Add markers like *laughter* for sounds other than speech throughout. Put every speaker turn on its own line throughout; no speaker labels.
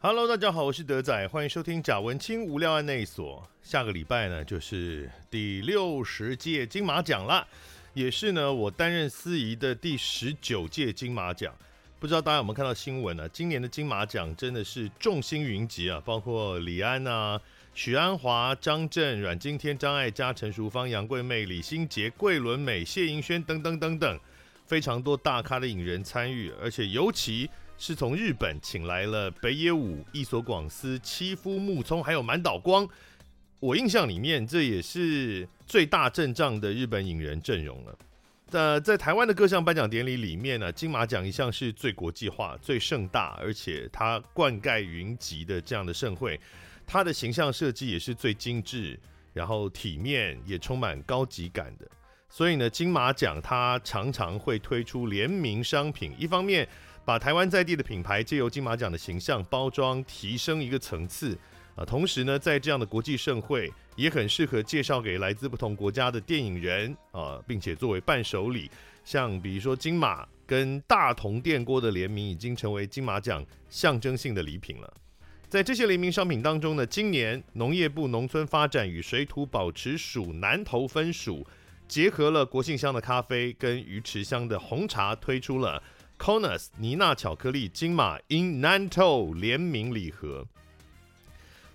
Hello，大家好，我是德仔，欢迎收听贾文清无聊案内所。下个礼拜呢，就是第六十届金马奖啦，也是呢我担任司仪的第十九届金马奖。不知道大家有没有看到新闻呢、啊今年的金马奖真的是众星云集啊，包括李安啊、许鞍华、张震、阮经天、张艾嘉、陈淑芳、杨贵妹、李心洁、桂纶镁、谢盈萱等等等等，非常多大咖的影人参与，而且尤其是从日本请来了北野武、伊索广司、七夫木聪，还有满岛光。我印象里面，这也是最大阵仗的日本影人阵容了。呃，在台湾的各项颁奖典礼里面呢、金马奖一向是最国际化、最盛大，而且它冠盖云集的这样的盛会，它的形象设计也是最精致，然后体面，也充满高级感的。所以呢，金马奖它常常会推出联名商品，一方面把台湾在地的品牌借由金马奖的形象包装提升一个层次啊，同时呢，在这样的国际盛会也很适合介绍给来自不同国家的电影人啊，并且作为伴手礼，像比如说金马跟大同电锅的联名已经成为金马奖象征性的礼品了。在这些联名商品当中呢，今年农业部农村发展与水土保持署南投分署结合了国姓乡的咖啡跟鱼池乡的红茶，推出了 Conus 妮娜巧克力金马 In Nanto 联名礼盒。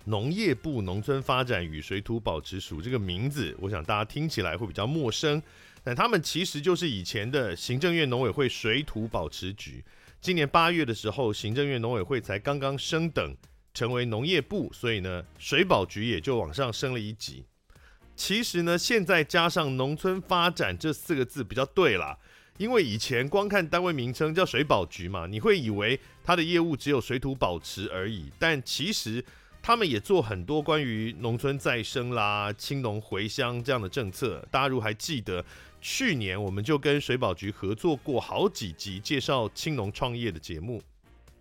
农业部农村发展与水土保持署这个名字，我想大家听起来会比较陌生，但他们其实就是以前的行政院农委会水土保持局。今年八月的时候，行政院农委会才刚刚升等成为农业部，所以呢，水保局也就往上升了一级。其实呢，现在加上“农村发展”这四个字比较对啦，因为以前光看单位名称叫水保局嘛，你会以为它的业务只有水土保持而已，但其实他们也做很多关于农村再生啦、青农回乡这样的政策。大家如果还记得，去年我们就跟水保局合作过好几集介绍青农创业的节目。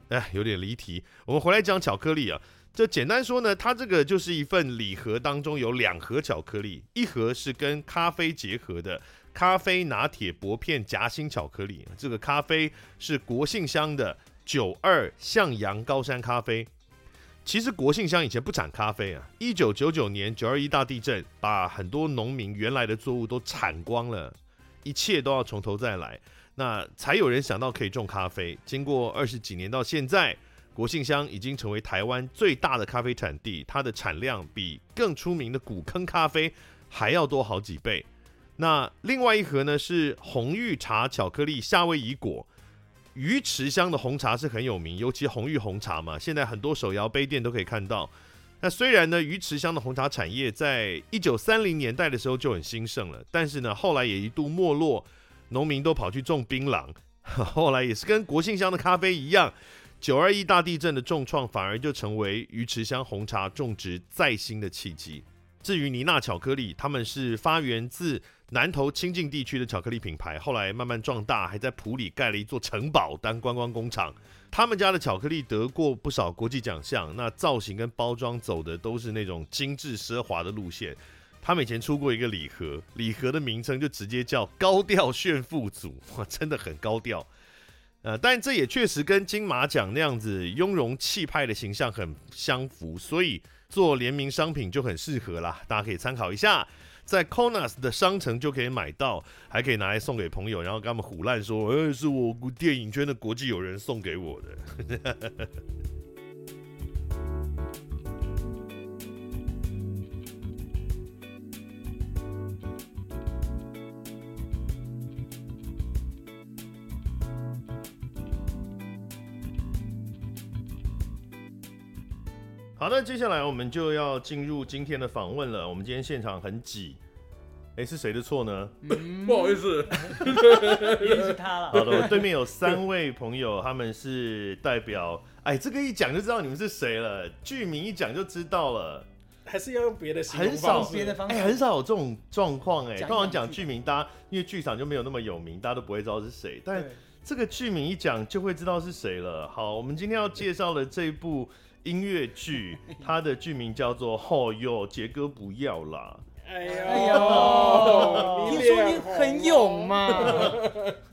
哎，有点离题，我们回来讲巧克力啊。这简单说呢，它这个就是一份礼盒，当中有两盒巧克力，一盒是跟咖啡结合的咖啡拿铁薄片夹心巧克力，这个咖啡是国姓乡的九二向阳高山咖啡。其实国姓乡以前不产咖啡啊，一九九九年九二一大地震把很多农民原来的作物都铲光了，一切都要从头再来，那才有人想到可以种咖啡。经过二十几年到现在，国姓乡已经成为台湾最大的咖啡产地，它的产量比更出名的古坑咖啡还要多好几倍。那另外一盒呢是红玉茶巧克力夏威夷果，鱼池乡的红茶是很有名，尤其红玉红茶嘛，现在很多手摇杯店都可以看到。那虽然呢，鱼池乡的红茶产业在一九三零年代的时候就很兴盛了，但是呢，后来也一度没落，农民都跑去种槟榔， *laughs* 后来也是跟国庆乡的咖啡一样，九二一大地震的重创反而就成为鱼池乡红茶种植再兴的契机。至于妮娜巧克力，他们是发源自南投清境地区的巧克力品牌，后来慢慢壮大，还在埔里盖了一座城堡当观光工厂。他们家的巧克力得过不少国际奖项，那造型跟包装走的都是那种精致奢华的路线。他们以前出过一个礼盒，礼盒的名称就直接叫“高调炫富组”，哇， *laughs* 真的很高调。呃，但这也确实跟金马奖那样子雍容气派的形象很相符，所以做联名商品就很适合啦，大家可以参考一下，在 Konas 的商城就可以买到，还可以拿来送给朋友，然后跟他们胡乱说，呃，是我电影圈的国际友人送给我的。好的，接下来我们就要进入今天的访问了。我们今天现场很挤，诶，是谁的错
*laughs*
呢？
嗯
不好意思，
一定是他了。
好的，我对面有三位朋友，他们是代表，哎，这个一讲就知道你们是谁了，剧名一讲就知道了，
还是要用别的形容
很
方
少
式。
别的方式
哎，很少有这种状况哎，
讲一讲
通常讲
剧
剧名，大家因为剧场就没有那么有名，大家都不会知道是谁，但
对
这个剧名一讲就会知道是谁了。好，我们今天要介绍的这一
*laughs*
部音乐剧，它的剧名叫做《哦哟，杰哥不要啦》。
哎
哎
呦，
呦，
你
你说你
脸红了
很勇？嘛？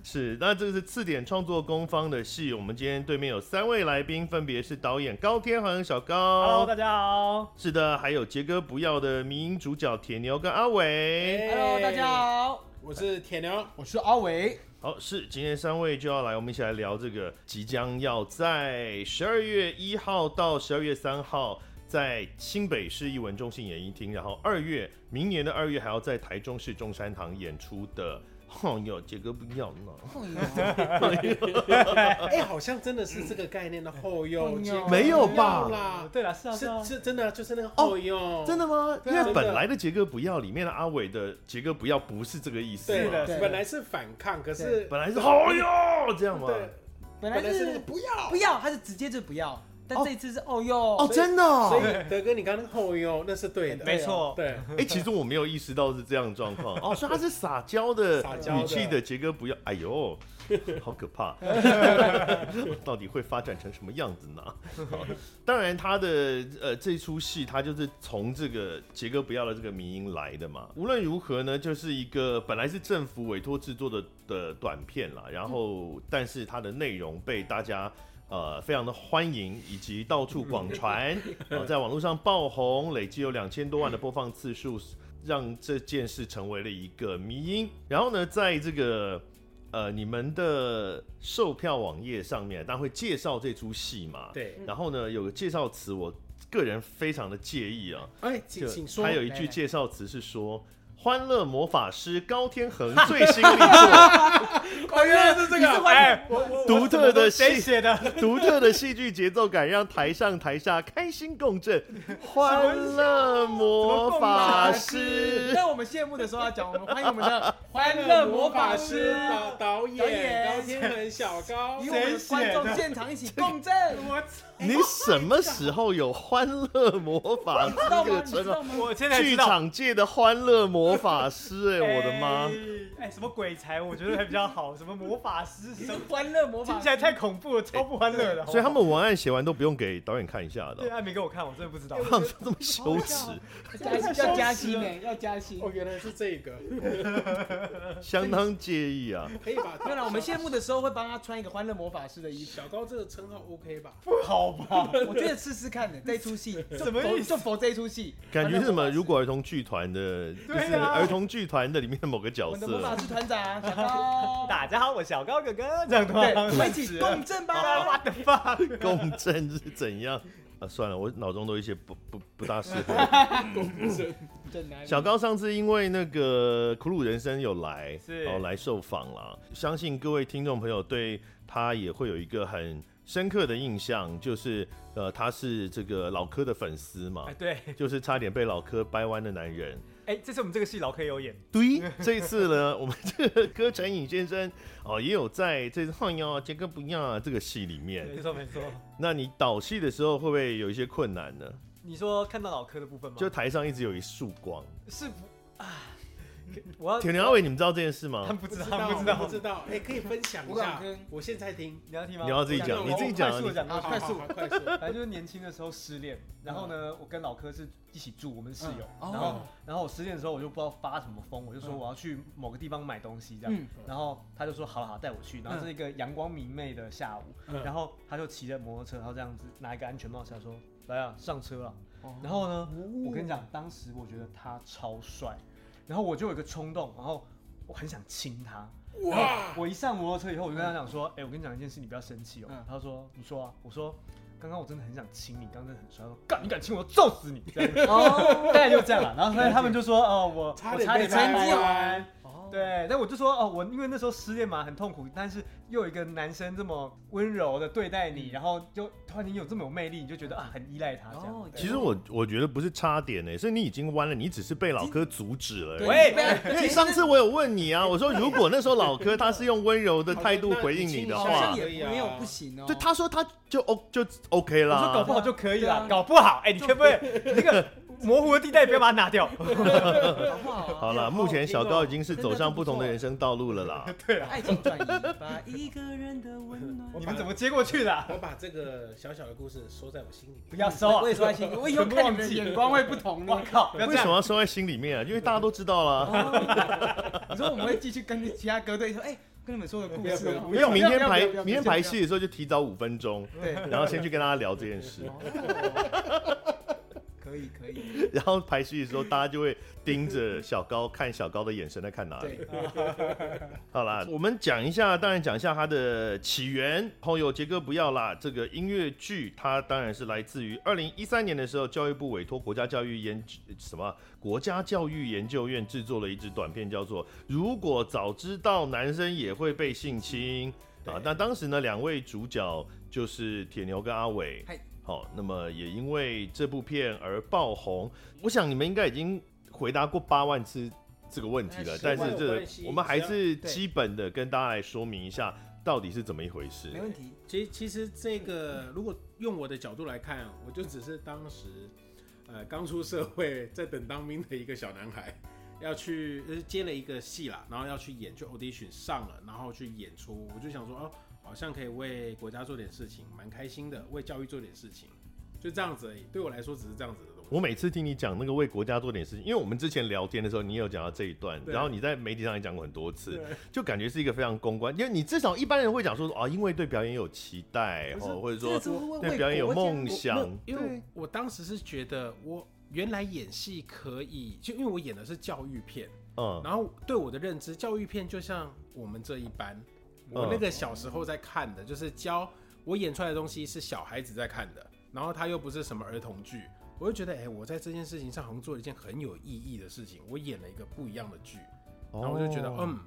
是，那这是次点创作工方的戏。我们今天对面有三位来宾，分别是导演高天恒、小高
Hello，大家好。
是的，还有杰哥不要的迷音主角铁牛跟阿伟。
哎
Hello，大家好，
我是铁牛，
我是阿伟。
好，是今天三位就要来，我们一起来聊这个即将要在十二月一号到十二月三号在新北市艺文中心演艺厅，然后二月明年的二月还要在台中市中山堂演出的。 *laughs* 哦哟，杰哥不要呢，
哎，好像真的是这个概念的后
后
用，
用
结果
没有吧
不要啦，
对了，是啊，是啊
是。是真的，就是那个后用，
真
的
的吗？因
对啊
为本来的杰哥不要里面的阿伟的杰哥不要不是这个意思嘛，
对
的
对
本来是反抗，可是
本来是哦哟这样吗？
对，本
本来
来是那
是
个不要，
不要，他是直接就不要，但这一次是哦哟，
哦，真的、哦，
所以德哥，你刚刚那个后用那是对的，
没错
对，
*laughs* 哎、其实我没有意识到是这样的状
*laughs*
况哦，所以他是撒娇的
撒娇的
语气的，杰哥不要，哎
*laughs*
呦，好可怕， *laughs* 我到底会发展成什么样
*laughs*
子呢？好当然，他的呃这出戏，他就是从这个杰哥不要的这个迷因来的嘛。无论如何呢，就是一个本来是政府委托制作的的短片啦，然后但是它的内容被大家。呃，非常的欢迎，以及到处广传， *laughs* 呃，在网络上爆红，累计有两千多万的播放次数，让这件事成为了一个迷因。然后呢，在这个呃你们的售票网页上面，当然会介绍这出戏嘛。。
对，
然后呢，有个介绍词，我个人非常的介意啊。
哎，
就
请请说，
还有一句
来
介绍词是说。欢乐魔法师高天恒最新力作，
哦，原来是这
你是
个，
外
哎，
人我我
独特的
谁
戏
写的？
独特的戏剧节奏感让台上台下开心共振。欢乐魔法
*laughs*
师，
在我们谢幕的时候要讲，我们欢迎我们
*laughs*
的欢乐魔法师，
导导
导
演
演
高天恒小高
与，我们的观众现场一起共振。我
*laughs* 你什么时候有欢乐魔法师
知道
这个称
吗？你知
号
道？吗？
我现在
剧
知道。
场界的欢乐魔法师、
*laughs*
哎，我的妈！
哎，什么鬼才？我觉得还比较好。什么魔法师？什么？
欢乐魔法
听
师
起来太恐怖了，超不欢乐的。
所以他
好不好
们文案写完都不用给导演看一下
对
的、
啊，没给我看，我真的不知道。
哦，这么羞耻，
加要加薪呢，要加薪。
哦，原来是这个，
相当介意啊！
可以
*laughs*
吧？
对了，我们谢幕的时候会帮他穿一个欢乐魔法师的衣服，
小高这个称号 OK 吧？
不好吧？
我觉得试试看的这一出 *laughs* 戏，
什么意思
就否这一出戏，
感觉是什么？如
果
果儿童剧团的，就
对啊
是儿童剧团的里面的某个
我
角
们的魔
色，
法
啊
师团长啊小高，
大家好，我小高哥哥，这
*laughs*
样的话
对，我们一起
啊
共振
哦
吧。
What the
*laughs*
fuck？
共振是怎样？啊，算了，我脑中都一些不不不大适合。
*laughs*
小高上次因为那个《苦鲁人生》有来，
是
哦来受访啦，相信各位听众朋友对他也会有一个很深刻的印象，就是呃，他是这个老柯的粉丝嘛
哎，，对，
就是差点被老柯掰弯的男人。
哎，这次我们这个戏老柯有演，
对，这一次呢，我们这个柯晨颖先生哦，也有在这次“哎呀，杰哥不要、啊”这个戏里面
没。错没错。
那你导戏的时候会不会有一些困难呢？
你说看到老柯的部分吗？
就台上一直有一束光。
是不啊，我要
铁娘阿伟，你们知道这件事吗
他？们不知道，他
不
们不知
知
道，
道，不知道，哎，可以分享一
我敢
下
跟，
我现在听，
你要听吗？
你要自己
讲
我
你自己
我
讲
快速地讲，
啊
快速地
快
讲
速
好好快速，
反正就是年轻的时候失恋，然后呢，我跟老柯是一起住，我们是室友。
嗯
然后
哦，
然后我失恋的时候，我就不知道发什么疯，我就说我要去某个地方买东西这样。
嗯，
然后他就说好了好，带我去。然后
嗯
是一个阳光明媚的下午，
嗯
然后他就骑着摩托车，然后这样子拿一个安全帽下说：“来啊，上车啊！”
哦
嗯
然后呢，
哦
我跟你讲，当时我觉得他超帅，然后我就有一个冲动，然后我很想亲他。
哇，
我一上摩托车以后，我就跟他讲说：“哎、我跟你讲一件事，你不要生气哦。
嗯
他说：“你说啊。”我说：“刚刚我真的很想亲你，刚刚真的很帅。”他说：“干，你敢亲我，我揍死你！”这样子，
哦，
*laughs* 大概就这样了。然后所以他们就说：“哦，我
差
我
点
差
被
点
拆
被
穿
完，
啊
对，但我就说哦，我因为那时候失恋嘛，很痛苦，但是又有一个男生这么温柔的对待你，然后就突然间有这么有魅力，你就觉得啊，很依赖他这样
哦。
其实我我觉得不是差点呢、是你已经弯了，你只是被老柯阻止了、欸。
喂
因为上次我有问你啊，我说如果那时候老柯他是用温柔的态度回应你的
好像
话，
也没有不行哦。
就他说他就 O 就 OK
我说搞
啦
不。好就可以
对啊
了，搞不好哎，你可不可以那个模糊的地带不要把它拿掉。
好不好、啊？
好了，目前小高已经是走上不同的
真的
人生道路了啦。
对啊，
爱情转移，把一个人的温暖。
你们怎么接过去的啊、
我把这个小小的故事收在我心里面。
不要收啊
我！也说爱情，我以后看你们的眼
眼
光
光
会。
会不同
我
呢。
靠，不要这
为什
样。
么要收在心里面啊？因为大家都知道了。
哦
*laughs* 你说我们会继续跟其他歌队说，哎、跟你们说个故事哦。
没有，明天
不
排
要不要
明天排戏的时候就提早五分钟，
对，
然后先去跟大家聊这件事，
可以可以，
然后排戏的时候大家就会盯着小高看小高的眼神在看哪里。
对，
好啦，我们讲一下，当然讲一下它的起源。朋友杰哥不要啦，这个音乐剧它当然是来自于二零一三年的时候，教育部委托国家教育研什么国家教育研究院制作了一支短片，叫做《如果早知道男生也会被性侵》啊。那当时呢，两位主角就是铁牛跟阿伟
嗨。
好，那么也因为这部片而爆红。我想你们应该已经回答过八万次这个问题了，
大
但是
概
哎10万
这
有
个
关系
我们还
只要
是
对
基本的跟大家来说明一下，到底是怎么一回事
没。问
*laughs*
题。
其实其实这个如果用我的角度来看啊，我就只是当时呃刚出社会在等当兵的一个小男孩，要去呃接了一个戏啦，然后要去演，去 audition 上了，然后去演出，我就想说哦，好像可以为国家做点事情，蛮开心的，为教育做点事情，就这样子而已。对我来说只是这样子的东西。
我每次听你讲那个为国家做点事情，因为我们之前聊天的时候，你也有讲到这一段，
对
然后你在媒体上也讲过很多次，就感觉是一个非常公关，因为你至少一般人会讲说啊，因为对表演有期待，
不是
哦，或者
这
说
是为
对表演有梦想，
因为我当时是觉得我原来演戏可以，就因为我演的是教育片。
嗯，
然后对我的认知，教育片就像我们这一般，我
嗯
那个小时候在看的，就是教我演出来的东西是小孩子在看的，然后他又不是什么儿童剧，我就觉得，哎、我在这件事情上好像做了一件很有意义的事情，我演了一个不一样的剧，然后我就觉得，
哦， *laughs*
嗯，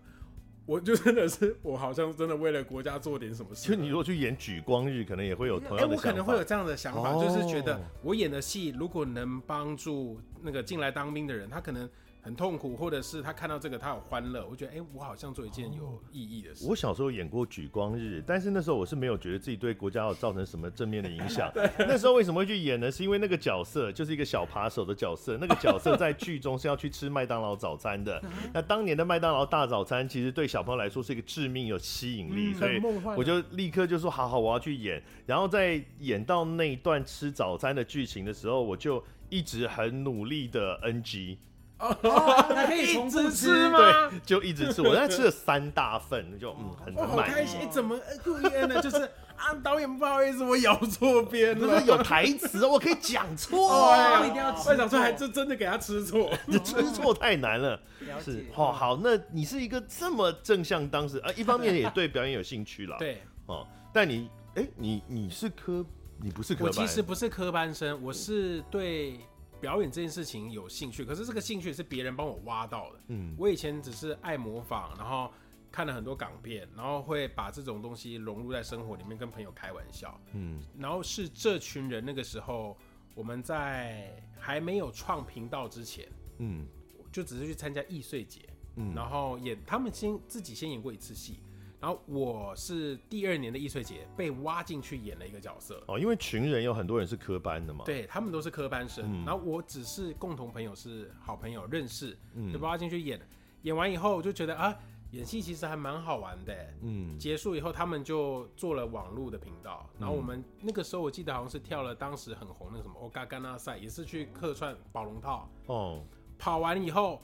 我就真的是，我好像真的为了国家做点什么
其实
事。
你如果去演举光日，可能也会有同
哎、
样的
我
想法，
可能会有这样的想法，
哦
就是觉得我演的戏如果能帮助那个进来当兵的人，他可能很痛苦，或者是他看到这个他有欢乐，我觉得哎、我好像做一件有意义的事。
我小时候演过举光日，但是那时候我是没有觉得自己对国家有造成什么正面的影
*laughs*
响。那时候为什么会去演呢？是因为那个角色就是一个小扒手的角色，那个角色在剧中是要去吃麦当劳早餐的。
嗯
那当年的麦当劳大早餐其实对小朋友来说是一个致命有吸引力，所以
嗯梦幻
我就立刻就说好好，我要去演。然后在演到那一段吃早餐的剧情的时候，我就一直很努力的 NG。
哦，那可以重复吃吗？
对，就一直吃，我那吃了三大份，就嗯很
我好
满意
开。心！哎怎么呃故意按呢？就是 *laughs* 啊，导演不好意思，我咬错
*laughs*
边
不
了
是。有台词，我可以讲
*laughs*
错，
哎
哦，一定要吃。
我想说，还真真的给他
*laughs*
吃错。
你吃错太难了。
了
是
解，
哦，好，那你是一个这么正向，当时啊，一方面也对表演有兴趣啦，，
对，
哦，但你，哎，你你是科，你不是科
我
班，
其实不是科班生，我是对表演这件事情有兴趣，可是这个兴趣是别人帮我挖到的。
嗯，
我以前只是爱模仿，然后看了很多港片，然后会把这种东西融入在生活里面，跟朋友开玩笑。
嗯，
然后是这群人那个时候，我们在还没有创频道之前，
嗯，
就只是去参加易碎节，
嗯
然后演他们先自己先演过一次戏，然后我是第二年的易碎节被挖进去演了一个角色，
哦，因为群人有很多人是科班的嘛，，
对他们都是科班生，
嗯
然后我只是共同朋友是好朋友认识，
嗯
就把他进去演，演完以后我就觉得啊，演戏其实还蛮好玩的。欸
嗯，
结束以后，他们就做了网络的频道，然后我们那个时候我记得好像是跳了当时很红那个什么欧嘎嘎那赛，也是去客串宝龙套，
哦，
跑完以后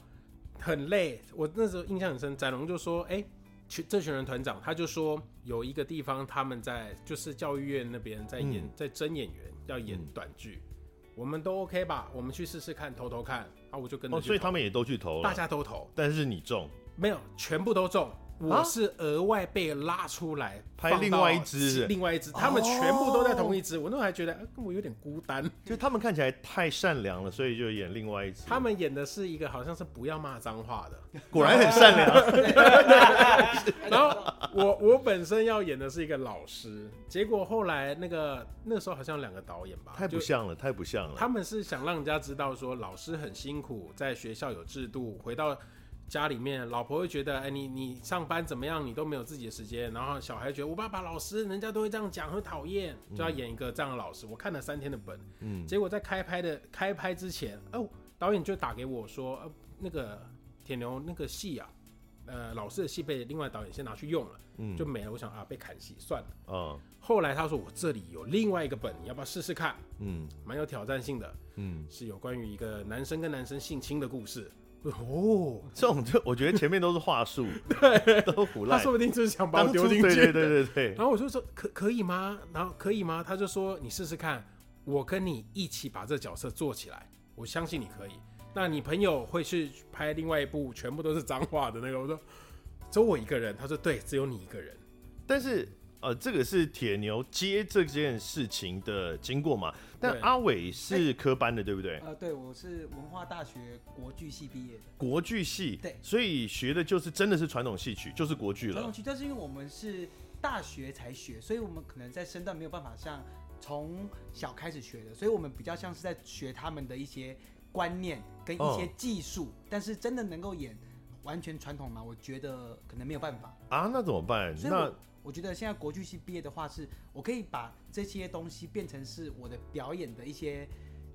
很累，我那时候印象很深。展龙就说：“哎、群这群人团长，他就说有一个地方他们在就是教育院那边在演、
嗯
在争演员，要演
嗯
短剧，我们都 OK 吧？我们去试试看，投投看。”啊，我就跟着
哦，
去
所以
投
他们也都去投
大
了，
家嗯都投，
但是你中，
没有全部都中。
啊
我是额外被拉出来
拍
放到
另外一支
另外一支，他们全部都在同一支。
哦
我那时候还觉得，呃我有点孤单。
就他们看起来太善良了，所以就演另外一支，
他们演的是一个好像是不要骂脏话的，
果然很善
*laughs*
良，
然后我我本身要演的是一个老师，结果后来那个那时候好像有两个导演吧，
太不
就
像了，太不像了，
他们是想让人家知道说老师很辛苦，在学校有制度，回到家里面，老婆会觉得，哎，你你上班怎么样，你都没有自己的时间，然后小孩觉得我爸爸老师，人家都会这样讲，很讨厌，就要演一个这样的老师。我看了三天的本，
嗯，
结果在开拍的开拍之前，哦，导演就打给我说，呃，那个铁牛那个戏啊，呃，老师的戏被另外导演先拿去用了，
嗯
就没了。我想啊，被砍戏算了。
嗯
后来他说我这里有另外一个本，你要不要试试看？
嗯
蛮有挑战性的，
嗯，
是有关于一个男生跟男生性侵的故事。哦，
这种就我觉得前面都是话
*laughs*
术，都胡
他
乱。
说不定就是想把
当
我
初
丢进
对
去。
对对对对，
然后我就说可可以吗？然后可以吗？他就说你试试看，我跟你一起把这角色做起来，我相信你可以。那你朋友会去拍另外一部全部都是脏话的那个？我说只有我一个人。他说对，只有你一个人。
但是呃，这个是铁牛接这件事情的经过嘛？但
对
阿伟是科班的，对不对？
呃，对，我是文化大学国剧系毕业的。
国剧系，
对
所以学的就是真的是传统戏曲，就是国剧
传
了
统。剧，但是因为我们是大学才学，所以我们可能在身段没有办法像从小开始学的，所以我们比较像是在学他们的一些观念跟一些
嗯
技术，但是真的能够演完全传统嘛，我觉得可能没有办法。
啊，那怎么办？
所以
那
我我觉得现在国剧系毕业的话是，我可以把这些东西变成是我的表演的一些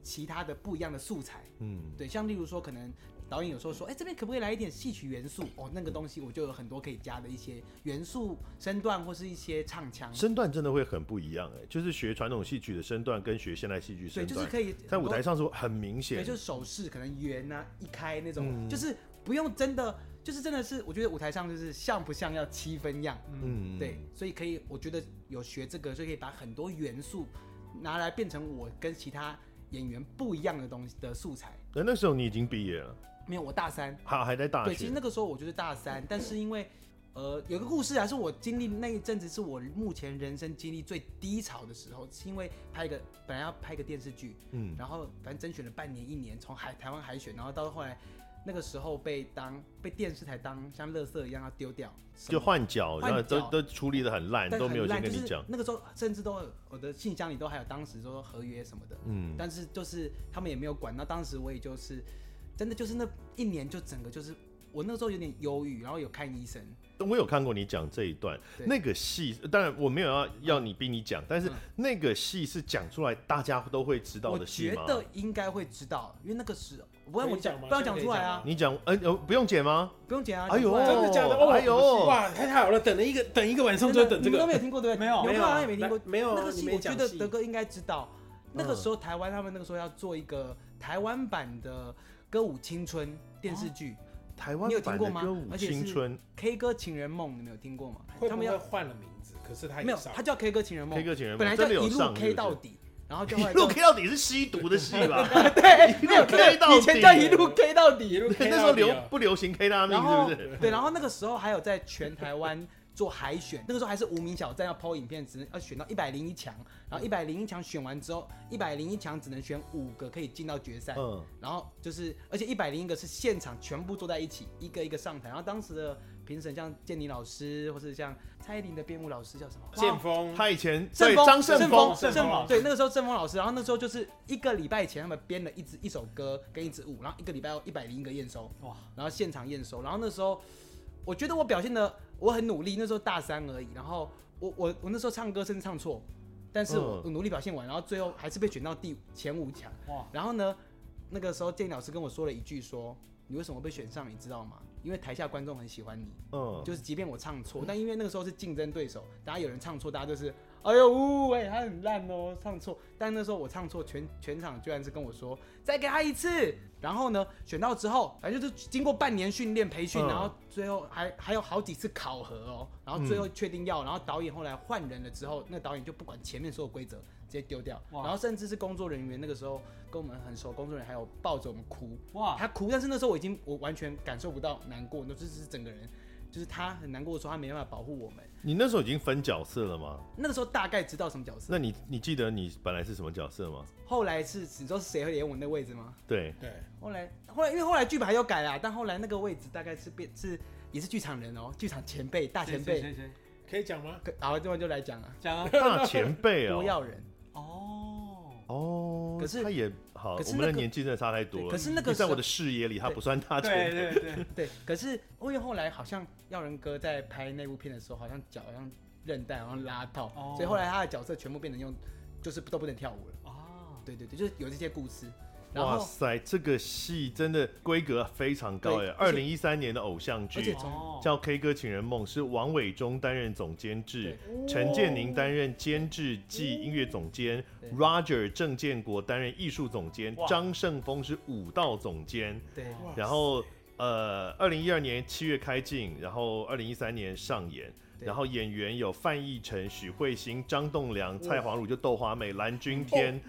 其他的不一样的素材。
嗯，
对，像例如说，可能导演有时候说，哎、这边可不可以来一点戏曲元素？哦，那个东
嗯
西我就有很多可以加的一些元素、身段或是一些唱腔。啊
身段真的会很不一样哎、就是学传统戏曲的身段跟学现代戏剧
对，
身
就是
段，
可以
在舞台
很
上是很明
多，对，
显。
就是手势可能圆啊、一开那种，
嗯
就是不用真的，就是真的是，我觉得舞台上就是像不像要七分样。
嗯
对，，所以可以，我觉得有学这个，所以可以把很多元素拿来变成我跟其他演员不一样的东西的素材。
那那时候你已经毕业了，
没有，我大三。
还还在大
对，其实
学
那。个时候我就是大三，但是因为呃有个故事啊，是我经历那一阵子是我目前人生经历最低潮的时候，是因为拍一个本来要拍一个电视剧，
嗯
然后反正甄选了半年一年，从海台湾海选，然后到后来那个时候被当被电视台当像垃圾一样要丢掉，什
就
么
换角，
换
然后都
角
都处理的很烂，
但
都没有
很
先
烂
跟
就
你
是
讲。
那个时候甚至都有我的信箱里都还有当时说合约什么的，
嗯，
但是就是他们也没有管。那当时我也就是真的就是那一年就整个就是我那时候有点忧郁，然后有看医生。
我有看过你讲这一段，
对
那个戏，当然我没有要要你逼你讲，但是
嗯
那个戏是讲出来大家都会知道
我
的戏
觉
吗？
得应该会知道，因为那个时不然
可以
我
讲吗
不要讲出来
这个
啊，
你讲，呃呃，不用剪吗？
不用讲啊。
哎呦
讲出来啊
真的假的？哦，
哎呦
哇，太好了！等了一个等一个晚上就
真的
等这
你们都
个
没有听过对不对？
没有
有没
没有
有好像也没听过
来。没有
那个
你
戏，
没
我觉
讲
得
戏
德哥应该知道。那
嗯
个时候台湾他们那个时候要做一个台湾版的歌舞青春电
哦
视剧
台湾
你有听
版的
过吗
歌舞
而且是
青春
《K 歌情人梦》，你们有听过吗？
会
他
不
们
会
要
换了名字？可是他也
没有，
上
他叫《K 歌情人梦
，K 歌》，情人
本来
真
叫
的有
一
上是
路
不
K
是
到底，然后就
一
后来
路 K 到底是吸毒的戏吧？
*laughs* 对，没有
一路 K 到底
以前叫一路 K 到底，一路 K
那时
对
候流不流行 K 大
然
命
后
是不是？
*laughs* 对，然后那个时候还有在全台湾做海选，那个时候还是无名小站要抛影片，只能要选到一百零一强，然后一百零一强选完之后，一百零一强只能选五个可以进到决赛，
嗯，
然后就是而且一百零一个是现场全部坐在一起，一个一个上台，然后当时的评审像建宁老师，或是像蔡依林的编舞老师叫什么？
剑锋，
他以前
郑
对
峰
张
郑
峰，
郑
郑峰老师
对，那个时候郑峰老师，然后那时候就是一个礼拜前他们编了一支一首歌跟一支舞，然后一个礼拜要一百零一个验收，
哇
哇，然后现场验收，然后那时候我觉得我表现的我很努力，那时候大三而已，然后我我我那时候唱歌甚至唱错，但是我
嗯
我努力表现完，然后最后还是被选到第前五强，
哇
哇，然后呢，那个时候建议老师跟我说了一句说，你为什么被选上，你知道吗？因为台下观众很喜欢你。
嗯，
就是即便我唱错，但因为那个时候是竞争对手，大家有人唱错，大家就是哎呦呜哎、他很烂哦，唱错。但那时候我唱错，全全场居然是跟我说再给他一次。然后呢，选到之后，反正就是经过半年训练培训，
嗯
然后最后还还有好几次考核哦，然后最
嗯
后确定要，然后导演后来换人了之后，那导演就不管前面所有规则，直接丢掉。
哇
然后甚至是工作人员，那个时候跟我们很熟，工作人员还有抱着我们哭，
哇，
他哭，但是那时候我已经我完全感受不到难过，那就是整个人，就是他很难过的时候，他没办法保护我们。
你那时候已经分角色了吗？
那个时候大概知道什么角色，
那你你记得你本来是什么角色吗？
后来是你知道是谁会演我那位置吗？
对，
对，
后来后来因为后来剧本还有改啦，但后来那个位置大概是变是也是剧场人哦，剧场前辈大前辈，
谁谁谁谁
可以讲吗？
可然后这边就来讲啊， *laughs*
讲啊，
大前辈
多
哦，
耀人，
哦，
哦，哦，
可是
他也好，
可是
我们的
那个
年纪真的差太多了。
可是那个
在
时
我
候
的视野里，他
对
不算大前
对
辈。
对对，
对，可是因为后来好像耀仁哥在拍那部片的时候，好像脚好像韧带好像拉到，
哦
所以后来他的角色全部变成用，就是都不能跳舞了。
啊，
对对对，就是有这些故事。然
哇
后
塞，这个戏真的规格非常高
对
耶！二
而且
零一三年的偶像
而且
剧
从
哦
叫《K 歌情人梦》，是王伟忠担任总监制，陈建宁担任监制暨音乐总监
哦对
，Roger 郑建国担任艺术总监，
哇
张胜峰是舞蹈总监。
对
哇
然
Oh
后呃，二零一二年七月开镜，然后二零一三年上演。
对
然后演员有范逸臣、许慧欣、张栋梁、蔡黄汝，就豆花妹、蓝
嗯
钧天、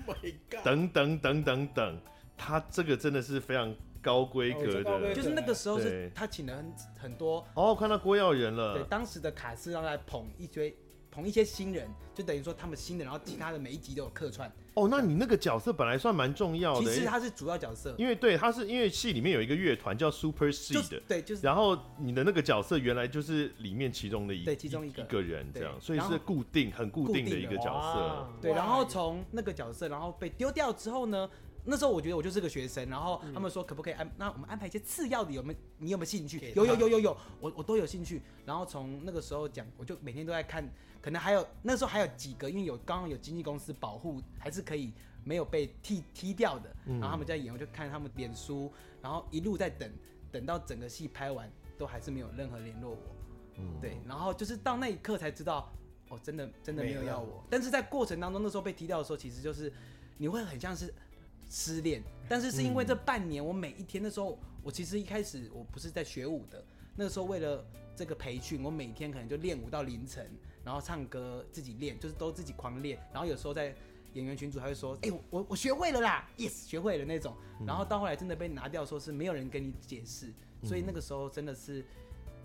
等等等等等，他这个真的是非常高规
哦
格
这高规
的
就
格。
是那个时候
对
是他请了很很多
哦，看到郭耀仁
对
了，
当时的卡司让他来捧一堆捧一些新人，就等于说他们新人，然后其他的每一集都有客串。
哦，那你那个角色本来算蛮重要
其
的
实
耶，
他是主要角色，
哦因为对他是因为戏里面有一个乐团叫 Super
就
Seed，
是对，就是
然后你的那个角色原来就是里面其中的一
对其中
一
一个
个人这样，
对
所以
然
是
后
固定很固
固
定的
定
一
的
个角色。
哇
对，
哇
然后从那个角色，然后被丢掉之后呢，那时候我觉得我就是个学生，然
嗯
后他们说可不可以安，那我们安排一些次要的，有没有你有没有兴趣
给？
有
他
有有有有，我我都有兴趣。然后从那个时候讲，我就每天都在看，可能还有那时候还有几个，因为有刚刚有经纪公司保护，还是可以没有被踢踢掉的。
嗯
然后他们在演，我就看他们脸书，然后一路在等，等到整个戏拍完，都还是没有任何联络我。
嗯
对，然后就是到那一刻才知道，哦，真的真的没有
没了
要我。但是在过程当中，那时候被踢掉的时候，其实就是你会很像是失恋，但是是因为
嗯
这半年，我每一天那时候，我其实一开始我不是在学舞的，那个时候为了这个培训，我每天可能就练舞到凌晨，然后唱歌自己练，就是都自己狂练，然后有时候在。演员群组还会说：“哎、我我我学会了啦，yes，学会了那种。”然
嗯
后到后来真的被拿掉，说是没有人跟你解释，所
嗯
以那个时候真的是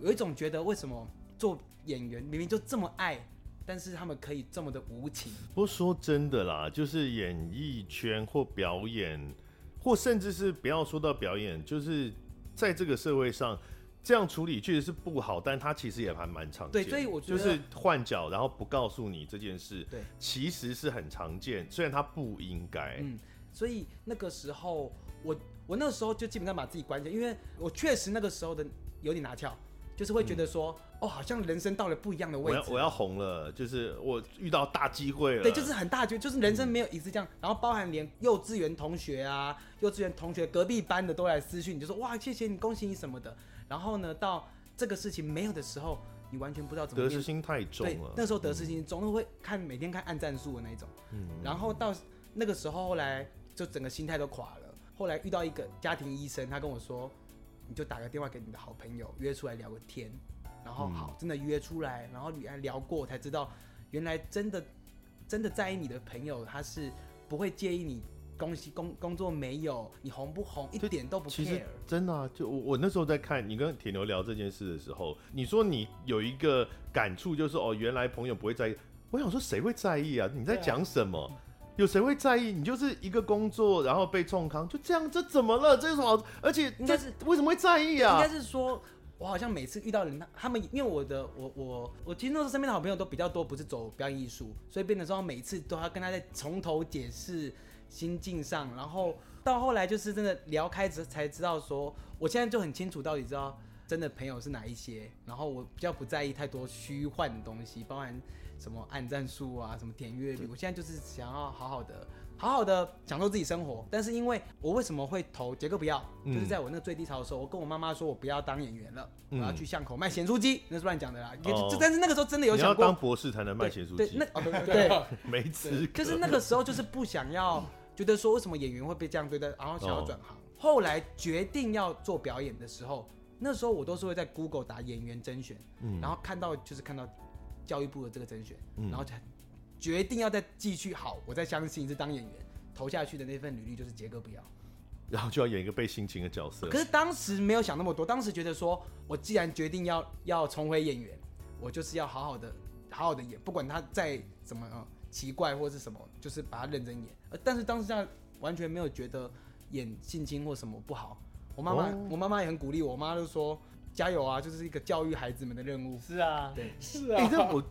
有一种觉得为什么做演员明明就这么爱，但是他们可以这么的无情。
不过说真的啦，就是演艺圈或表演，或甚至是不要说到表演，就是在这个社会上这样处理确实是不好，但它其实也还蛮常见的。
对所以我觉
就
得
是换角，然后不告诉你这件事，
对，
其实是很常见，虽然它不应该。
嗯所以那个时候我我那个时候就基本上把自己关起来，因为我确实那个时候的有点拿翘，就是会觉得说、哦，好像人生到了不一样的
我
位
要
置。
我要啊红了，就是我遇到大机会了。
对，就是很大局，就是人
嗯
生没有一次这样，然后包含连幼稚园同学啊，幼稚园同学隔壁班的都来私讯，你就说哇，谢谢你，恭喜你什么的。然后呢，到这个事情没有的时候，你完全不知道怎么
得
面对
失心太重
对
了，。嗯
那时候得失心总会看每天看按战术的那一种，然后到那个时候后来就整个心态都垮了。后来遇到一个家庭医生，他跟我说，你就打个电话给你的好朋友约出来聊个天，然
嗯
后好，真的约出来，然后原来聊过才知道，原来真的真的在意你的朋友，他是不会介意你恭喜工工作没有，你红不红一
对
点都不
其实
care。
真的啊，就我我那时候在看你跟铁牛聊这件事的时候，你说你有一个感触，就是哦，原来朋友不会在意。我想说谁会在意啊？你在讲什么？有谁会在意？你就是一个工作，然后被冲康，就这样，这怎么了？这有什么好？而且
应
这
该是
为什么会在意
应
啊
该？是说，我好像每次遇到人，他们因为我的我我我其实那时候身边的好朋友都比较多，不是走表演艺术，所以变得说每次都要跟他在从头解释心境上，然后到后来就是真的聊开之才知道说，我现在就很清楚到底知道真的朋友是哪一些，然后我比较不在意太多虚幻的东西，包含什么按战术啊，什么点阅率，我现在就是想要好好的。好好的享受自己生活，但是因为我为什么会投杰哥不要，
嗯
就是在我那个最低潮的时候，我跟我妈妈说我不要当演员了，
嗯
我要去巷口卖咸酥鸡，那是乱讲的啦。就
哦
就但是那个时候真的有
你要
想过
当博士才能卖
对
咸酥
对，
鸡
那，哦对对对，
没资格。
就是那个时候就是不想要，觉得说为什么演员会被这样对待，然后想
哦
要转行。后来决定要做表演的时候，那时候我都是会在 Google 打演员甄选，
嗯
然后看到就是看到教育部的这个甄选，
嗯
然后才决定要再继续好，我再相信是当演员投下去的那份履历就是杰哥不要。
然后就要演一个被性侵的角色
可。是当时没有想那么多，当时觉得说我既然决定要要重回演员，我就是要好好的好好的演，不管他再怎么、呃、奇怪或是什么，就是把它认真演。呃但是当时这样完全没有觉得演性侵或什么不好。我妈妈，
哦
我妈妈也很鼓励我，我妈就说加油啊，就是一个教育孩子们的任务。
是啊，
是
哎、
啊，
这我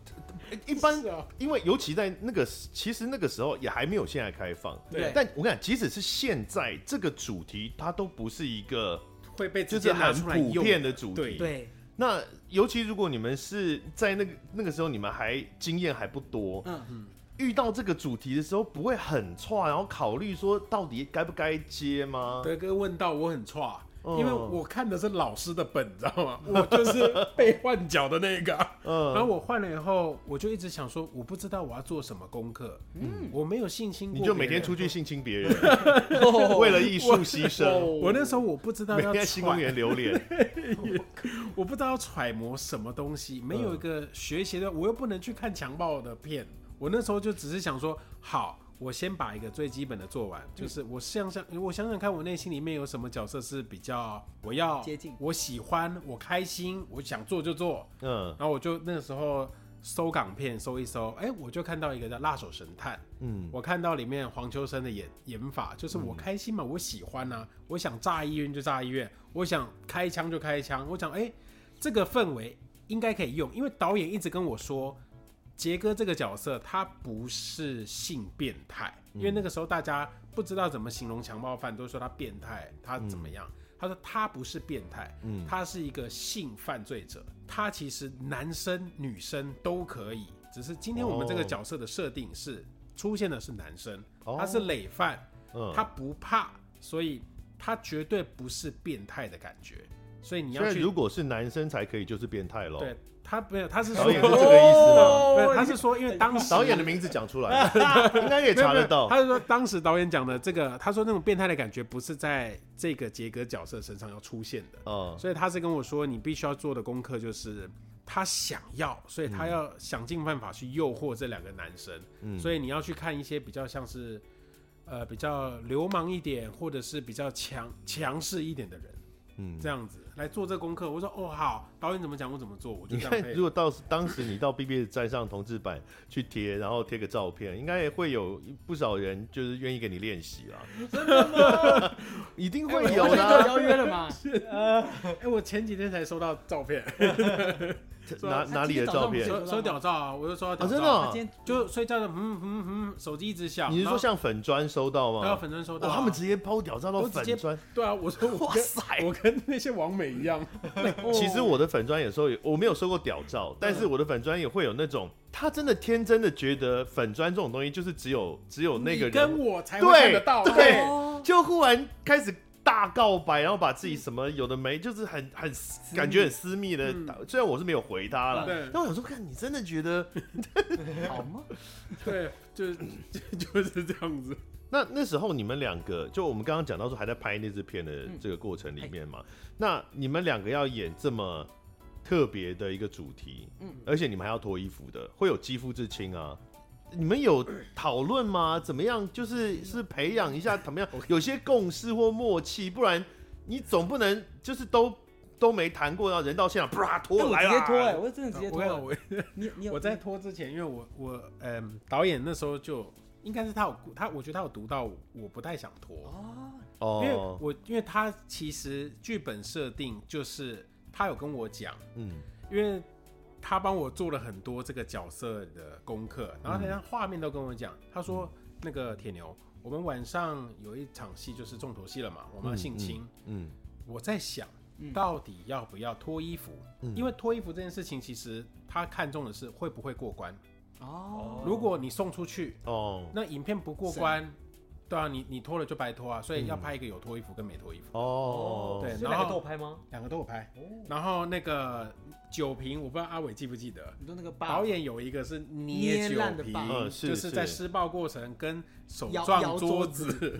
一般
是啊，
因为尤其在那个，其实那个时候也还没有现在开放。
对
但我跟你讲，即使是现在这个主题，它都不是一个
会被
就
直
是
接拿
很
出来
普
用
遍的主
对
题。
对，
那尤其如果你们是在那个那个时候，你们还经验还不多，
嗯
嗯
遇到这个主题的时候，不会很差，然后考虑说到底该不该接吗？
德哥问到我很差，
嗯
因为我看的是老师的本，你知道吗？ *laughs* 我就是被换角的那个。然后
嗯，
我换了以后，我就一直想说，我不知道我要做什么功课，嗯，我没有信心过别
你
人。
就每天出去性侵别人，
*laughs*
*laughs* 为了艺术牺牲，
哦我那时候我不知道
每
要
天在新公
揣，
园榴莲。
我不知道要揣摩什么东西，没有一个学习的，我又不能去看强暴的片。我那时候就只是想说，好，我先把一个最基本的做完，就是我想想，我想想看，我内心里面有什么角色是比较我要
接近
我喜欢，我开心，我想做就做。
嗯
然后我就那个时候搜港片搜一搜，哎，我就看到一个叫《辣手神探》，
嗯，
我看到里面黄秋生的演演法，就是我开心
嗯
嘛，我喜欢呐、我想炸医院就炸医院，我想开枪就开枪，我想哎、这个氛围应该可以用，因为导演一直跟我说，杰哥这个角色他不是性变态，
嗯
因为那个时候大家不知道怎么形容强暴犯，都说他变态，他怎么样？他说他不是变态，
嗯
他是一个性犯罪者，他其实男生女生都可以，只是今天我们这个
哦
角色的设定是出现的是男生，
哦
他是累犯，
嗯
他不怕，所以他绝对不是变态的感觉，所以你
所
要
以
去
如果是男生才可以，就是变态喽。
对他没有，他是说
导演是这个意思吗？
没有他是说因为当时
导演的名字讲出来，
啊
应该也查得到。
他是说当时导演讲的这个，他说那种变态的感觉不是在这个杰哥角色身上要出现的，
嗯
所以他是跟我说，你必须要做的功课就是他想要，所以他要想尽办法去诱惑这两个男生，
嗯
所以你要去看一些比较像是呃比较流氓一点，或者是比较强强势一点的人，
嗯
这样子来做这功课。我说哦好，导演怎么讲我怎么做，我就
你
这样
看，*laughs*
配
如。果到时当时你到 BB 站上同志版去贴，然后贴个照片，应该也会有不少人就是愿意给你练习啦。 *laughs* 一定会有
哎我
啦。
邀约了
*laughs*
嘛？
哎、我前几天才收到照片，
哪
啊
哪里的照片？
收收屌照啊，我就收到屌
啊，
照，
真的哦
他今？天
就睡觉的，嗯嗯嗯，手机一直响。
你是
然
说
后
像粉砖收到
还有
吗？
粉砖收到
哇，
啊？
他们直接抛屌照到
都直
粉
接
砖。
对啊，我说我
哇
跟
塞！
我跟那些网美一样，
*laughs* 其实
哦
我的粉砖有时候也我没有收过屌照，但
嗯
是我的粉砖也会有那种，他真的天真的觉得粉砖这种东西就是只有只有那个人
你跟我才会看
对
得到。
对，
哦
就忽然开始大告白，然后把
嗯
自己什么有的没，就是很很感觉很私密的
嗯
打。虽然我是没有回他了，
对
但我想说，看你真的觉得
好吗？
对，就就 *laughs* 就是这样子。
那那时候你们两个，就我们刚刚讲到说还在拍那支片的这个过程里面嘛，那你们两个要演这么特别的一个主题，嗯，而且你们还要脱衣服的，会有肌肤之亲啊。你们有讨论吗？怎么样？就是是培养一下怎么样？有些共识或默契，不然你总不能就是都都没谈过，然后人到现场啪
哎
脱
我
来啊
直
了，
接脱哎，我真的直接
我
脱
跟
了。
我
你你有
我在拖之前，因为我我嗯，导演那时候就应该是他有他，我觉得他有读到我不太想拖，
哦，
因为
哦，
我因为他其实剧本设定就是他有跟我讲。
嗯，
因为他帮我做了很多这个角色的功课，然后他连画面都跟我讲，他说那个铁牛，我们晚上有一场戏就是重头戏了嘛，我们要性侵，
嗯，
我在想。
嗯
到底要不要脱衣服？
嗯
因为脱衣服这件事情，其实他看重的是会不会过关。
哦，
如果你送出去，
哦，
那影片不过关，对啊，你你脱了就白脱啊。所
嗯
以要拍一个有脱衣服跟没脱衣服。
哦，
对
是
然
两个
后
都有拍吗？
两个都有
哦
拍。然后那个酒瓶，我不知道阿伟记不记得，
你说那个爸
导演有一个是捏
捏
酒
烂的
瓶
吧，
嗯是
就是是在施暴过程跟手
摇
撞
摇
桌
桌
子
嗯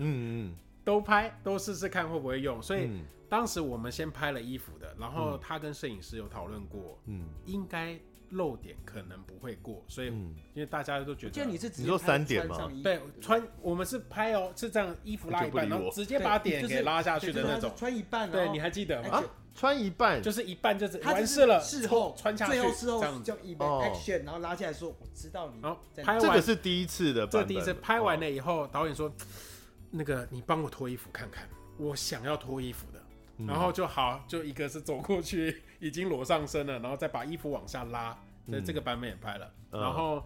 嗯，
*laughs* 都拍，都试试看会不会用。所以
嗯
当时我们先拍了衣服的，然后他跟摄影师有讨论过，
嗯
应该漏点可能不会过，所以因
嗯，
为大家都觉
我记得你
得。
是直接
你说
拍
三点
穿
吗
上衣服
对，穿我们是拍哦，是这样，衣服拉一半，
就不理
然
我
后直接
对
把点
就是
给拉下去的
对就是
那种
他是。穿一半，
对，
然后哎
你还记得吗
啊？穿一半
就是一半就是
他
完
就
事
是
了，
事后
穿下去，
最后事
这
后
样子。哦
叫 e b
哦
action，然后拉下来说我知道你
然后
在
拍
哪
这
完
个是第一次的版
这
本，
第一次拍完
哦
了以后，导演说：“那个你帮我脱衣服看看，我想要脱衣服的。”
嗯
然后就好，就一个是走过去已经裸上身了，然后再把衣服往下拉，所以
嗯
这个版本也拍了。
嗯
然后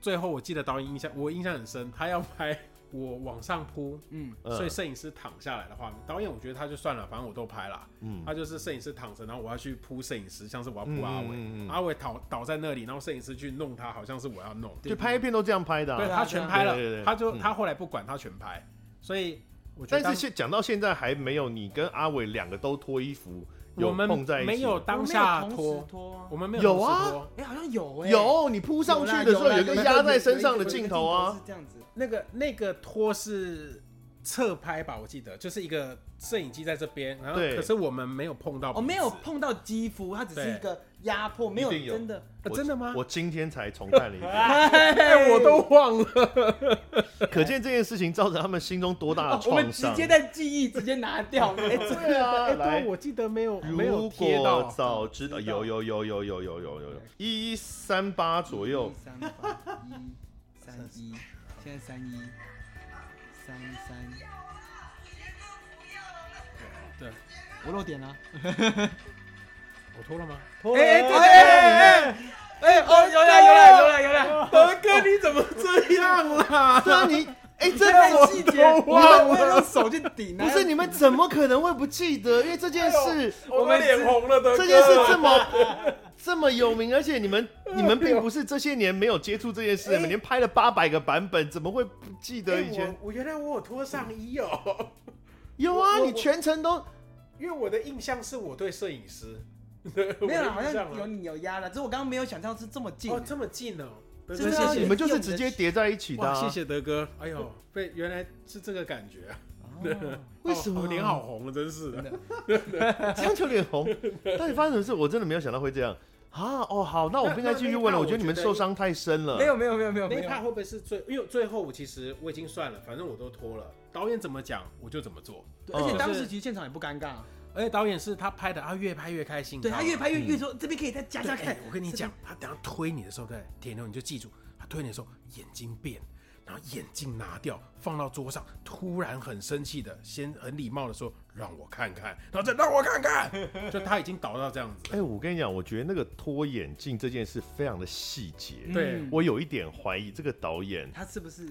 最后我记得导演印象，我印象很深，他要拍我往上扑，
嗯，
嗯
所以摄影师躺下来的画面，导演我觉得他就算了，反正我都拍了，
嗯
他就是摄影师躺着，然后我要去扑摄影师，像是我要扑
嗯
阿伟，
嗯嗯嗯
阿伟倒倒在那里，然后摄影师去弄他，好像是我要弄，
就拍片都这样拍的啊、
啊
对
对啊
他全拍了，
对对对
他就、
嗯
他后来不管他全拍，所以我觉
但
得当
是现讲到现在还没有你跟阿伟两个都脱衣服，有
我们
碰在一起
没有当下脱，
脱吗？
我们没有
有
同时
啊
脱，
哎，好像有哎，
有你扑上去的时候
有啦
有一个
有啦
压在身上的镜头
有一
啊
个，镜头是这样子，
那个那个脱是侧拍吧，我记得就是一个摄影机在这边，然后
对
可是我们没有碰到彼
哦，
此，
没有碰到肌肤，它只是一个压迫，没有
一定有
真
*laughs*
的。
啊真的吗？
我今天才重看了一遍，
哎
我
*laughs*
都忘了，
可见这件事情造成他们心中多大的
哦我们
啊创
直
伤。
接在记忆直接拿掉。
*laughs*
哎，这
对啊，
哎，
来
对，，我记得没有没有
如
贴
果
到， *laughs*
早知道，有有有有有有有有有一三八左右
一，三八一三一，现在三一三三，
对，
我漏点了。
我脱了吗？
哦
哎哎哎哎哎哦，有了有了
哎
有了有了，
德
哦
哥，你怎么这样啦？
*laughs* 对啊，你哎，这
太
我
细节，
都忘了
你们用手去顶啊。
不是你们怎么可能会不记得？因为这
哎
件事，
我们脸红了，德
*laughs* 这件
*laughs*
事这
*laughs*
么这么有名，而且你们你们并不是这些年没有接触这件事，你们连拍了八百个版本，怎么会不记得以前
哎哎？我我原来我有脱上衣哦， *laughs*
有啊，
我我
你全程都
因为我的印象是我对摄影师 *laughs*
没有啦，
我的
好
印象啊
像有你有压了，只是我刚刚没有想象是这么近
哦。这么近哦，德
真
哥
的
谢
啊
谢
你们就是直接叠在一起的
哇，
啊。
谢谢德哥，哎呦，被原来是这个感觉啊，
哦
为什么
哦脸好红了，真是的
真。的
这样就脸
*laughs*
红？到底发生什么事？我真的没有想到会这样啊！哦，好，那我不应该继续问了。
那那那
我觉得你们受伤太深了。
没有没有没有没有
那
没
一
有
趴。会不会是最？因为最后我其实我已经算了，反正我都脱了，导演怎么讲我就怎么做。
对而
嗯
且当时其实现场也不尴尬，
而且导演是他拍的，他越拍越开心。
对
你
他
知道吗
啊
越拍越
嗯
越说这边可以再加
对
加
哎
看。
我跟你讲，他等下推你的时候，对，铁牛你就记住，他推你的时候眼睛变，然后眼镜拿掉，放到桌上，突然很生气的，先很礼貌的说让我看看，然后再让我看看，就他已经倒到这样子
哎、
了。
我跟你讲，我觉得那个脱眼镜这件事非常的细节。
嗯
对
我有一点怀疑这个导演，
他是不是？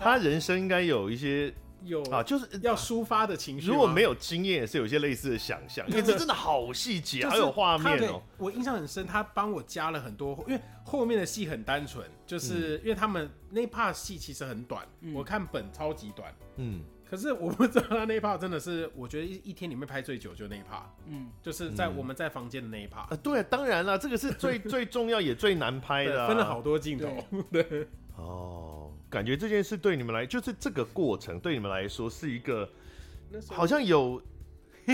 他人生应该有一些
有
啊，就是
要抒发的情绪吗，
如果没有经验，也是有一些类似的想象，因为这真的好细节，
就
好
是
有画面
他
哦、
我印象很深，他帮我加了很多，因为后面的戏很单纯，
嗯
就是因为他们那一 part 戏其实很短，我看本超级短，
嗯，
可是我不知道他那一 part 真的是，我觉得一一天里面拍最久就那一 part，
嗯，
就是在
嗯
我们在房间的那一 part，、
啊，对，当然了，这个是最最重要也最难拍的、啊，
分了好多镜头， *laughs* 对，
哦。感觉这件事对你们来，就是这个过程对你们来说是一个
那时候
好像有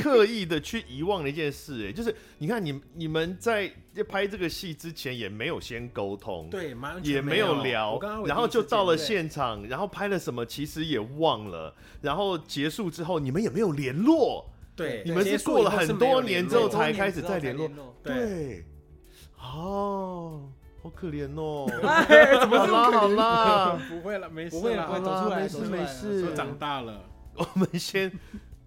刻意的去遗忘的一件事、哎，就是你看你你们在拍这个戏之前也没有先沟通，，
对，完全
也没有
有
聊
我跟阿伟，
然后
第一
就
次
到了
见面
现场，然后拍了什么其实也忘了，然后结束之后你们也没有联络，
对，
你们
结
是
束
过了
以后
很
没有
多
联
年 *laughs* 之后
络
才开始再联络
多年之后
对。
*laughs* 对，哦，好可怜哦，
才 *laughs* 联络。哎，怎
好
么这么
啦
可
好
怜？
啦， *laughs*
*laughs* 不会了，没事
不会
啦
了，不会，
好
走
啦
出
没事
来，走出来
没事
都长大了，
我们先，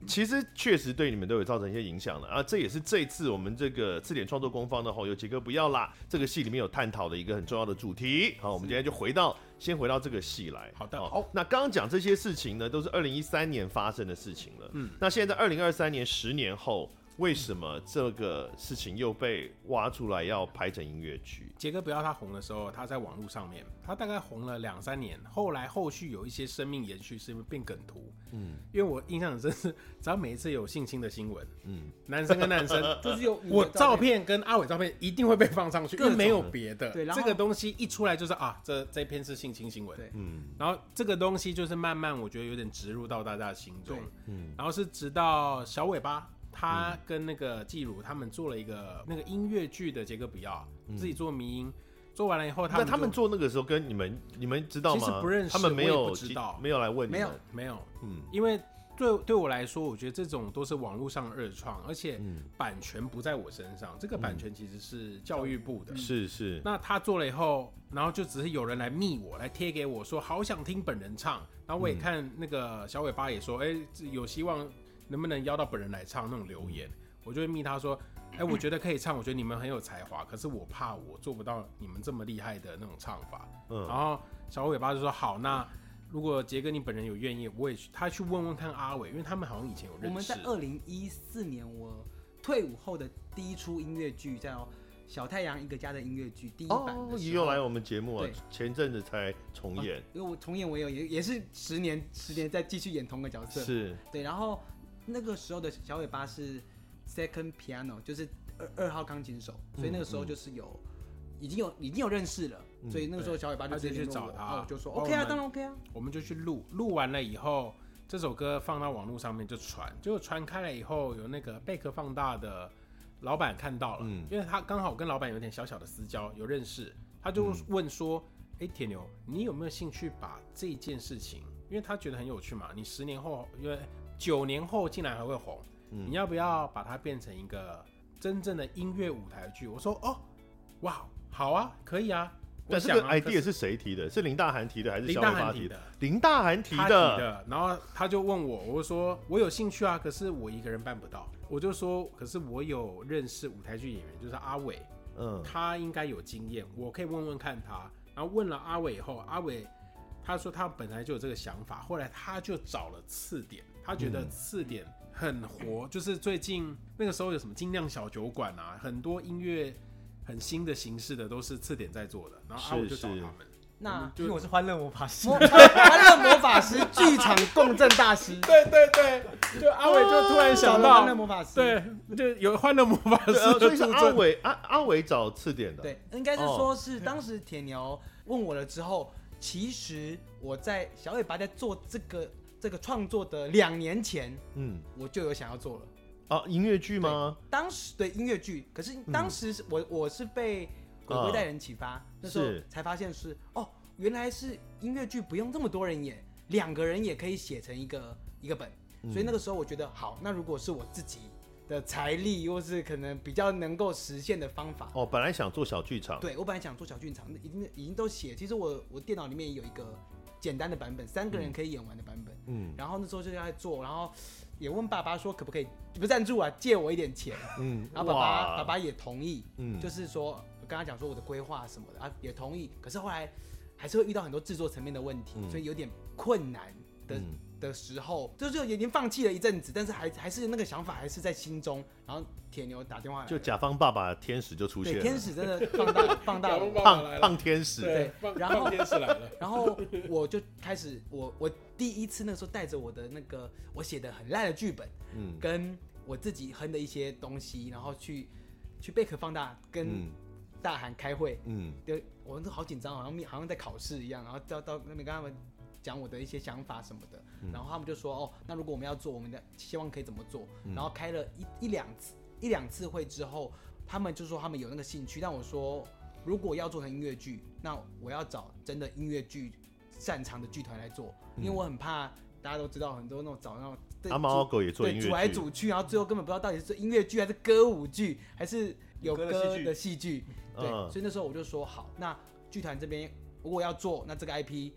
其实确实对你们都有造成一些影响了啊，这也是这次我们这个字典创作工坊的吼有杰哥不要啦这个戏里面有探讨的一个很重要的主题。好，我们今天就回到先回到这个戏来。
好的
好。那刚刚讲这些事情呢，都是二零一三年发生的事情了。嗯
嗯，
那现在二零二三年十年后。为什么这个事情又被挖出来要拍成音乐剧？
杰哥不要他红的时候，他在网络上面，他大概红了两三年，后来后续有一些生命延续，是因为变梗图。嗯，因为我印象很深是，只要每一次有性侵的新闻，
嗯
嗯，男生跟
*laughs*
男生，
呃
就是有你的
我照，片跟阿伟照片一定会被放上去，因
各
为
种
没有别的。
对然后
这个东西一出来就是啊，这这篇是性侵新闻。
对
嗯
然后这个东西就是慢慢，我觉得有点植入到大家的心中
对。
嗯
然后是直到小尾巴他跟那个季如他们做了一个那个音乐剧的杰哥不要自己做迷音，做完了以后他
嗯那
们
他们
就
做那个时候跟你们，你们知道吗？
其实不认识
他们没
我也
有
不知道
没有来问你们
没有
没有，
嗯
因为对对我来说，我觉得这种都是网络上二创，而且
嗯，
版权不在我身上，这个版权其实是教育部的。
是是，
那他做了以后，然后就只是有人来密我，来贴给我说好想听本人唱，然后我也看那个小尾巴也说，哎、这有希望能不能邀到本人来唱那种留言，我就会密他说，哎、我觉得可以唱，我觉得你们很有才华，可是我怕我做不到你们这么厉害的那种唱法。然
嗯，
后小尾巴就说好，那如果杰哥你本人有愿意，我也去他去问问看阿伟，因为他们好像以前有
我
认
们
识
在。二零一四年我退伍后的第一出音乐剧叫《小太阳一个家》的音乐剧第一版的时
哦
候，，
也有来我们节目啊
对，
前阵子才重演，
啊
因为我重演我也有也也是十年十年再继续演同个角色，
是
对，然后那个时候的小尾巴是 second piano，就是二二号钢琴手，所以那个
嗯
时候就是有、已经有已经有认识了，
嗯
所以那个时候小尾巴就
他就
直接
去
联络
找
我
他哦
啊我就说
帮我
OK 啊，
们
当然 OK 啊，
我们就去录，录完了以后，这首歌放到网络上面就传，结果传开了以后，有那个贝壳放大的老板看到了，
嗯
因为他刚好跟老板有点小小的私交，有认识，他就问说：“哎、铁牛，你有没有兴趣把这件事情，因为他觉得很有趣嘛，你十年后，因为九年后竟然还会红，
嗯
你要不要把它变成一个真正的音乐舞台剧？”我说：“哦，哇，好啊，可以啊。我
但这
想啊”
个 idea
可
是谁提的？是林大涵提的还是
林
小
大
尾巴
涵
提
提
的？
的。
林大涵提
他提
的，
的，然后他就问我，我就说我有兴趣啊，可是我一个人办不到。我就说，可是我有认识舞台剧演员，就是阿伟，
嗯，
他应该有经验，我可以问问看他。然后问了阿伟以后，阿伟他说他本来就有这个想法，后来他就找了次点，他觉得
嗯
次点很活，就是最近那个时候有什么精酿小酒馆啊，很多音乐很新的形式的都是次点在做的，然后阿伟
是
就找他
是
们。
那。
因为我是欢乐魔法师，
魔欢乐魔法师剧场共振大师，哦
*laughs* 对对对，就阿伟就突
找
然想
了
到
欢乐魔法师，
对，就有欢乐魔法师
对呃
的
所以是
助
阿
阵。
伟阿阿伟找次点的，，
对，应该是
哦
说是当时铁牛问我了之后，其实我在小尾巴在做这个这个创作的两年前，
嗯，
我就有想要做了。
啊，音乐剧吗？
当时的音乐剧，可是当时是我、我是被鬼鬼带人启发，那时候
是
才发现是哦，原来是音乐剧不用这么多人演，两个人也可以写成一个一个本，所以那个时候我觉得好，那如果是我自己的财力或是可能比较能够实现的方法，
哦，本来想做小剧场，
对我本来想做小剧场，已经已经都写，其实我我电脑里面有一个简单的版本，三个人可以演完的版本，
嗯
然后那时候就在做，然后也问爸爸说可不可以不赞助啊，借我一点钱。
嗯，
然后啊爸爸
哇
爸爸也同意，
嗯
就是说我跟他讲说我的规划什么的啊，也同意。可是后来还是会遇到很多制作层面的问题，
嗯
所以有点困难的、
嗯
的时候，就是已经放弃了一阵子，但是还还是那个想法还是在心中。然后铁牛打电话来了，
就甲方爸爸天使就出现
对
了，
天使真的放
*laughs*
大放大了。
胖胖天使，
对，放
然后
放天使来了，
然后我就开始，我我第一次那个时候带着我的那个我写的很烂的剧本，
嗯
跟我自己哼的一些东西，然后去去贝壳放大跟
嗯
大喊开会，
嗯
对，我们都好紧张，好像面好像在考试一样，然后到到那边跟他们讲我的一些想法什么的，
嗯
然后他们就说哦，那如果我们要做，我们的希望可以怎么做，
嗯
然后开了一一两次一两次会之后，他们就说他们有那个兴趣，但我说如果要做成音乐剧，那我要找真的音乐剧擅长的剧团来做，因为我很怕大家都知道很多那种找那种对
嗯阿猫阿狗也做
对
音
组来
乐剧，
组去，然后最后根本不知道到底是音乐剧还是歌舞剧，还是有
有歌的
歌
戏剧
的戏剧。对，
嗯
所以那时候我就说好，那剧团这边如果要做，那这个 IP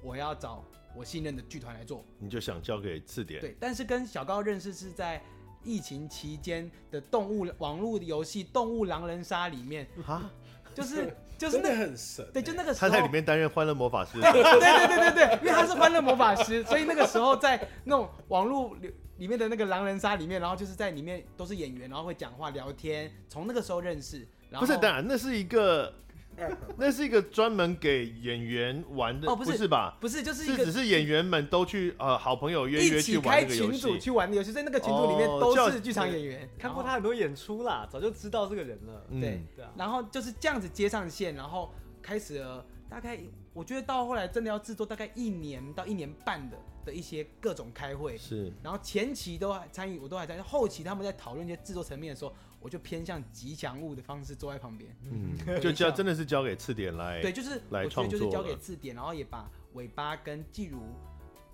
我要找我信任的剧团来做。
你就想交给次点，
对，但是跟小高认识是在疫情期间的动物网络游戏《动物狼人杀》里面，
啊， *laughs*
就是就是
真的
那
很神欸。
对，就那个时
他
候
在里面担任欢乐魔法师，
对对对对对，因为他是欢乐魔法师，所以那个时候在那种网络里里面的那个狼人杀里面，然后就是在里面都是演员，然后会讲话聊天，从那个时候认识。然
不
后
是，当然那是一个。那是一个专门给演员玩的，
哦
不
不是
吧？
不是就是
是
一
只
个
是演员们都去呃好朋友约
一
约去
起开
玩这个游
群组
戏，
去玩的游戏，在那个群组里面
哦
都
叫
是剧场演员，
看过
然后
他很多演出啦，早就知道这个人了。
嗯
对
对啊，
然后就是这样子接上线，然后开始了大概我觉得到后来真的要制作大概一年到一年半的的一些各种开会
嗯，，是
然后前期都还参与，我都还在，后期他们在讨论一些制作层面的时候，我就偏向吉祥物的方式坐在旁边。 *laughs*
嗯，就交真的是交给次点来，
对，就是
来
我觉得就是
创作
交
了
给字典，然后也把尾巴跟季如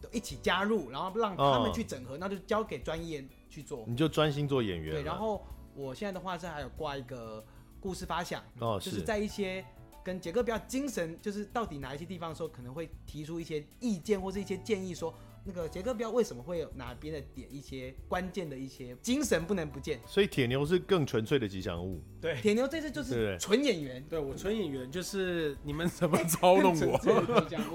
都一起加入，然后
哦
让他们去整合，那就交给专业去做。
你就专心做演员了，
对，然后我现在的话是还有挂一个故事发想，
哦
就是是在一些跟杰哥比较精神，就是到底哪一些地方的时候，可能会提出一些意见或是一些建议说。那个杰哥不要为什么会有哪边的点一些关键的一些精神不能不见？
所以铁牛是更纯粹的吉祥物。
对，
铁牛这次就
对
是
对
纯演
*laughs*
员，
对我纯演员就是你们怎么操弄我，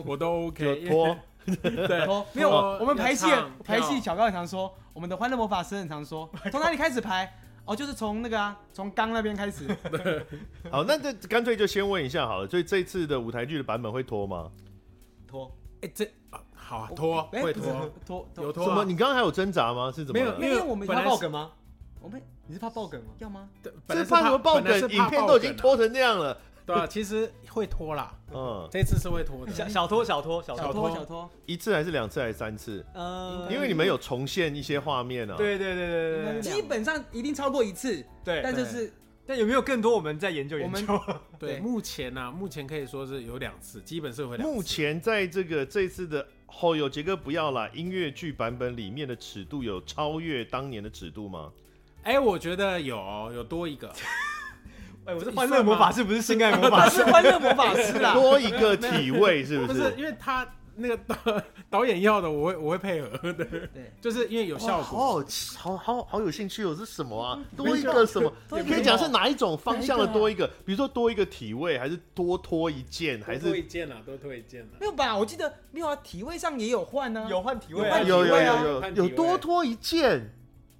我都
就
OK。
托
*laughs* 对，
哦，没有，我我们
要
排戏
唱
排戏，
跳
小高很常说，我们的《欢乐魔法师》很常说，从哪里开始排？哦，就是从那个啊，从刚那边开始。
*laughs* 好，那这干脆就先问一下好了，所以这次的舞台剧的版本会拖吗？
托
哎，这啊好啊拖
哎
会
不是
拖，
拖
有
拖，
什么？
拖啊。
你刚刚还有挣扎吗？是怎么了？
没有，因为我们
本来
怕
是
爆梗吗？
我们
你是怕爆梗吗？
要吗？
本来
这
是
怕什么爆
本
梗？
来是怕
影片
爆
都已经
梗啊
拖成这样了。
对啊，其实会拖啦，
*laughs* 嗯，
这次是会拖的。
小小托小托小
小
托，
托
小托，
一次还是两次还是三次？
呃，
因为你们有重现一些画面啊。，
对对对对对对
基本上一定超过一次，
嗯对，
但就是
但有没有更多我们在研究
我
研
们
究？ *laughs*
对，
对
目前呢，目前可以说是有两次，基本是会两次。
目前在这个这次的《后有杰哥不要啦》音乐剧版本里面的尺度有超越当年的尺度吗？
哎，我觉得有有多一个，
哎，我是
这
欢乐
算吗
魔法师，不是性爱魔法师，欢乐魔法师
*laughs*
啦。
多一个体位是
不
啊 *laughs* 不
是
是？
因为他那个 *laughs* 导导演要的，我会我会配合的，
对，
就是因为有效
哇
果。
好好奇好好好有兴趣哦，是什么啊？多一个什么？你可以讲是哪一种方向的多一个？比如说多一个体位，还是多拖一件，还
多
是
推荐啦，多推荐啊啦。
没有吧？我记得没有啊，体位上也 *laughs* 有换呢。
有换体位啊，
换体
有有
位啊
有有
换体
有
位
多拖一件？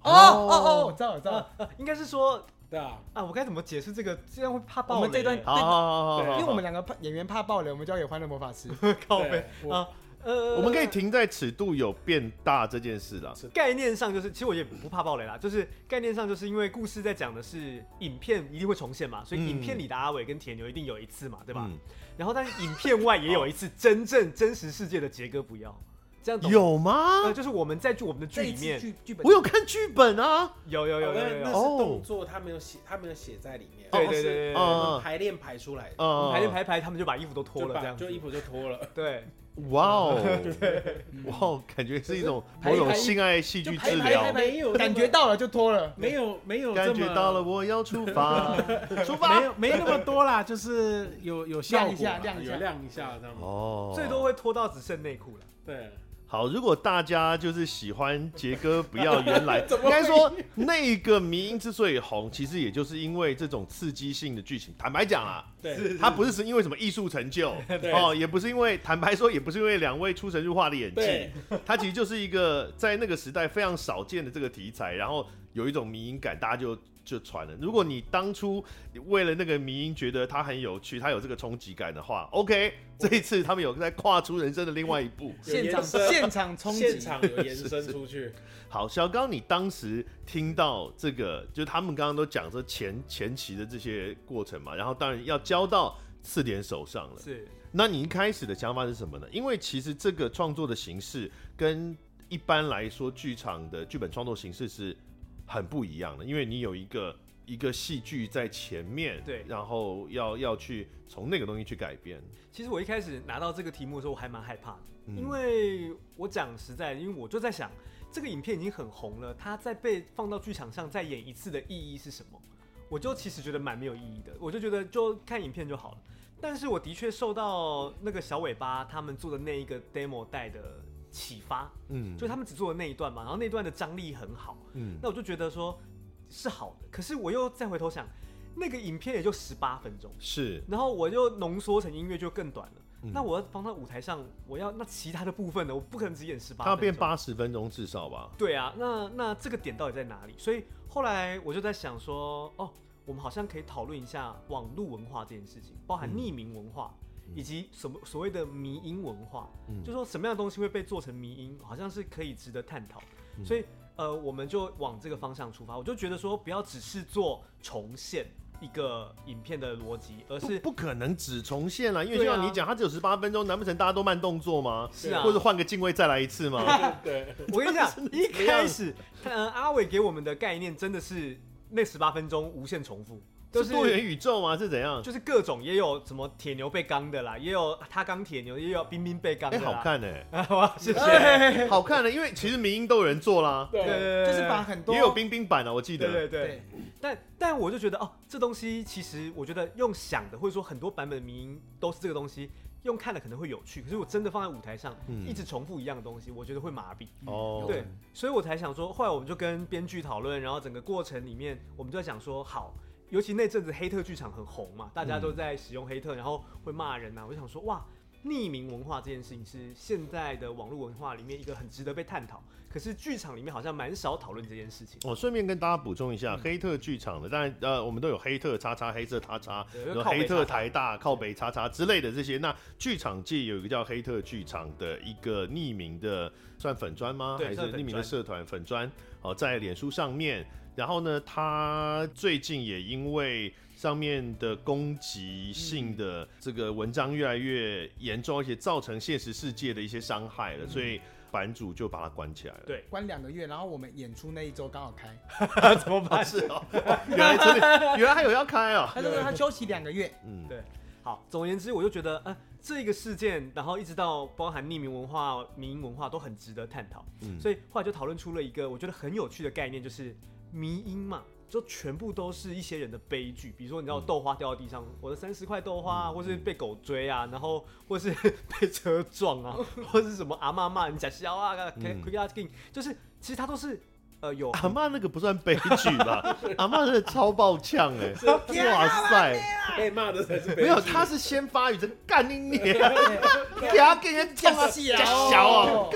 哦哦哦，我知道我知道，
应该是说
对啊，
啊，我该怎么解释这个？这样会怕爆
我
雷。啊
们这段
好好好好好好，
因为我们两个怕演员怕爆雷，我们交给欢乐魔法师。
靠背
对我
啊，呃，
我们可以停在尺度有变大这件事啦。
概念上就是，其实我也不怕暴雷啦，就是概念上就是因为故事在讲的是影片一定会重现嘛，所以
嗯
影片里的阿伟跟铁牛一定有一次嘛，对吧？
嗯
然后但是影片外也有一次真正真实世界的杰哥不要这样懂吗。
有啊吗
呃，？就是我们在剧我们的剧
这一
里
次
面
剧剧本
我有看剧本啊。
有有有有有
那那是
有，
动作，他没有写，他没有写在里面。
对对对对
哦
对，对
我们排练排出来的，
我们排练
嗯，
排排，他们就把衣服都脱
就
了
把
这样
就衣
子，
服就
*laughs*
脱了。
对，
哇哦，哇哦，感觉是一种某种性爱戏剧治疗。
没有那么
感觉，到了就脱了。
没有没有
感觉到了，
这么，
我要出发，出
没
发。
有没那么多啦，就是有有效果啦，
亮一下亮一下
有亮一下这样。
哦，
最多会脱到只剩内裤了。
对，
好。如果大家就是喜欢杰哥，不要原 *laughs* 来应该说那个迷因之所以红，其实也就是因为这种刺激性的剧情。坦白讲啊，
对
他不是是因为什么艺术成 *laughs* 就
对
哦，也不是因为坦白说，也不是因为两位出神入化的演技
*laughs* 对，
他其实就是一个在那个时代非常少见的这个题材，然后有一种迷因感，大家就就传了。如果你当初为了那个迷因觉得它很有趣，它有这个冲击感的话，OK，这一次他们有在跨出人生的另外一步。
有
现
延
场
伸
现场冲
现
击，
场有延伸出去，
好，小刚，你当时听到这个，就他们刚刚都讲说前前期的这些过程嘛，然后当然要交到次点手上了。
是，
那你一开始的想法是什么呢？因为其实这个创作的形式跟一般来说剧场的剧本创作形式是很不一样的，因为你有一个一个戏剧在前面，
对
然后要要去从那个东西去改变，
其实我一开始拿到这个题目的时候，我还蛮害怕的，
嗯
因为我讲实在，因为我就在想，这个影片已经很红了，它再被放到剧场上再演一次的意义是什么？我就其实觉得蛮没有意义的，我就觉得就看影片就好了。但是我的确受到那个小尾巴他们做的那一个 demo 带的启发，
嗯
就他们只做了那一段嘛，然后那一段的张力很好，
嗯
那我就觉得说是好的。可是我又再回头想，那个影片也就十八分钟。
是
然后我就浓缩成音乐就更短了。
嗯
那我要放到舞台上，我要那其他的部分呢？我不可能只演十八，
它要变。八十分钟至少吧，
对啊，那那这个点到底在哪里？所以后来我就在想说，哦，我们好像可以讨论一下网络文化这件事情，包含
嗯
匿名文化。
嗯
以及什么所谓的迷音文化，
嗯
就说什么样的东西会被做成迷音，好像是可以值得探讨的。
嗯
所以呃，我们就往这个方向出发。我就觉得说，不要只是做重现一个影片的逻辑，而
不
是
不可能只重现了，因为就
对啊
像你讲，它只有十八分钟，难不成大家都慢动作吗？
是啊，
或者换个镜位再来一次
*laughs*
吗？
对，
我跟你讲，一开始，呃，阿伟给我们的概念真的是那十八分钟无限重复，都
是
是
多元宇宙吗？是怎样？
就是各种也有什么铁牛被刚的啦，也有他刚铁牛，也有冰冰被刚
哎，
的啊
好
啦。
看呢，
*laughs* 哇，谢谢。
好看呢，因为其实民音都有人做啦， *laughs*
对对对，
就是把很多
也有冰冰版啊，我记
对对
得。
对。但但我就觉得哦，这东西其实我觉得用想的，或者说很多版本的迷音都是这个东西，用看了可能会有趣，可是我真的放在舞台上、
嗯
一直重复一样的东西，我觉得会麻痹。
哦，
对，所以我才想说，后来我们就跟编剧讨论，然后整个过程里面，我们就在想说，好，尤其那阵子黑特剧场很红嘛，大家都在使用黑特，然后会骂人啊呐、我就想说，哇，匿名文化这件事情是现在的网络文化里面一个很值得被探讨，可是剧场里面好像蛮少讨论这件事情。
我哦顺便跟大家补充一
嗯
下，黑特剧场的，当然呃，我们都有黑特叉叉、黑色叉叉，
对
哦有黑特台大、靠北叉叉之类的这些。那剧场界有一个叫黑特剧场的一个匿名的，算粉砖吗？
对
还是
算粉
匿名的
专
社团粉砖？哦，在脸书上面。然后呢，他最近也因为上面的攻击性
嗯
的这个文章越来越严重，而且造成现实世界的一些伤害了，所以版主就把它关起来了。
嗯对
关两个月，然后我们演出那一周刚好开，
怎么
*laughs*
办？
是哦， *laughs* 原来真的，原来还有要开哦。
他就说他休息两个月，
嗯，
好，总而言之，我就觉得，呃，这个事件，然后一直到包含匿名文化、民营文化，都很值得探讨。
嗯
所以后来就讨论出了一个我觉得很有趣的概念，就是迷因嘛，就全部都是一些人的悲剧，比如说你知道
嗯
豆花掉到地上，我的三十块豆花啊，
嗯
或是被狗追啊，然后或是被车撞啊，或是什么阿嬷骂你假笑啊，
嗯啊
亏啊劲，就是其实它都是呃有
阿嬷那个不算悲剧吧？阿嬷真的超爆呛哎、哇塞！
*laughs* 被骂的才是
没
悲
有，
剧
他是先发语，真干你你，给他给人家
假小
小
*laughs*
啊！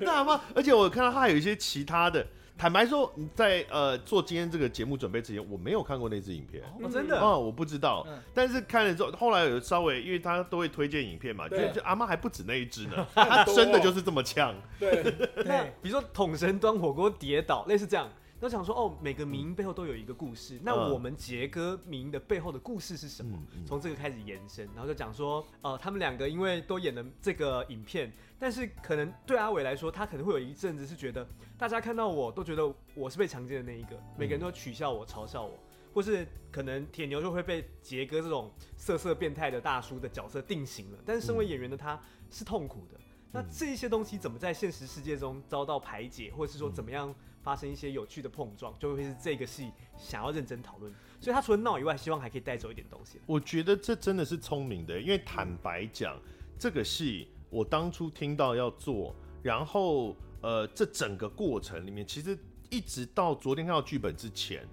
那阿嬷，而且我看到他还有一些其他的。坦白说，你在呃做今天这个节目准备之前，我没有看过那支影片。
哦真的、
哦，我不知道
嗯，
但是看了之后，后来有稍微，因为他都会推荐影片嘛，就
对
就阿妈还不止那一支呢，他真的就是这么呛。 *laughs*
对，
那
对，
比如说桶神端火锅跌倒，类似这样。那想说哦，每个民音背后都有一个故事。那
嗯
我们杰哥民音的背后的故事是什么
嗯嗯？
从这个开始延伸，然后就讲说，呃，他们两个因为都演了这个影片，但是可能对阿伟来说，他可能会有一阵子是觉得，大家看到我都觉得我是被强奸的那一个，每个人都取笑我、嘲笑我，或是可能铁牛就会被杰哥这种色色变态的大叔的角色定型了。但是身为演员的他是痛苦的。那这些东西怎么在现实世界中遭到排解，或者是说怎么样发生一些有趣的碰撞，就会是这个戏想要认真讨论。所以他除了闹以外，希望还可以带走一点东西。
我觉得这真的是聪明的，因为坦白讲，这个戏我当初听到要做，然后呃，这整个过程里面，其实一直到昨天看到剧本之前，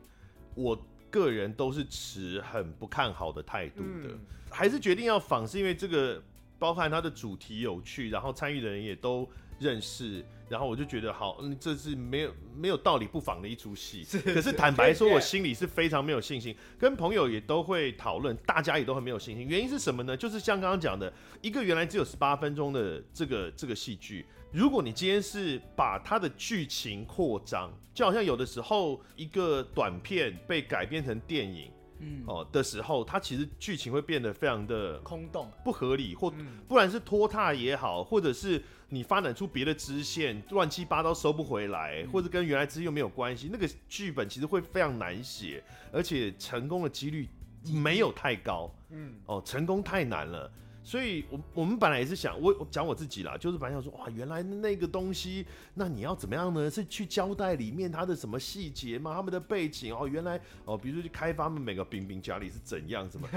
我个人都是持很不看好的态度的，
嗯
还是决定要仿，是因为这个包含它的主题有趣，然后参与的人也都认识。然后我就觉得好，嗯，这是没有没有道理不仿的一出戏。可是坦白说，
对
我心里是非常没有信心，跟朋友也都会讨论，大家也都很没有信心。原因是什么呢？就是像刚刚讲的，一个原来只有十八分钟的这个这个戏剧，如果你今天是把它的剧情扩张，就好像有的时候一个短片被改编成电影
嗯，
哦的时候，它其实剧情会变得非常的
空洞，
不合理，或
嗯
不然是拖沓也好，或者是你发展出别的支线，乱七八糟收不回来，或者跟原来支线又没有关系，那个剧本其实会非常难写，而且成功的几率没有太高。嗯，哦，成功太难了。所以我，我们本来也是想，我我讲我自己啦，就是本来想说，哇，原来那个东西，那你要怎么样呢？是去交代里面它的什么细节吗？他们的背景哦，原来哦，比如说去开发他们每个兵兵家里是怎样什么，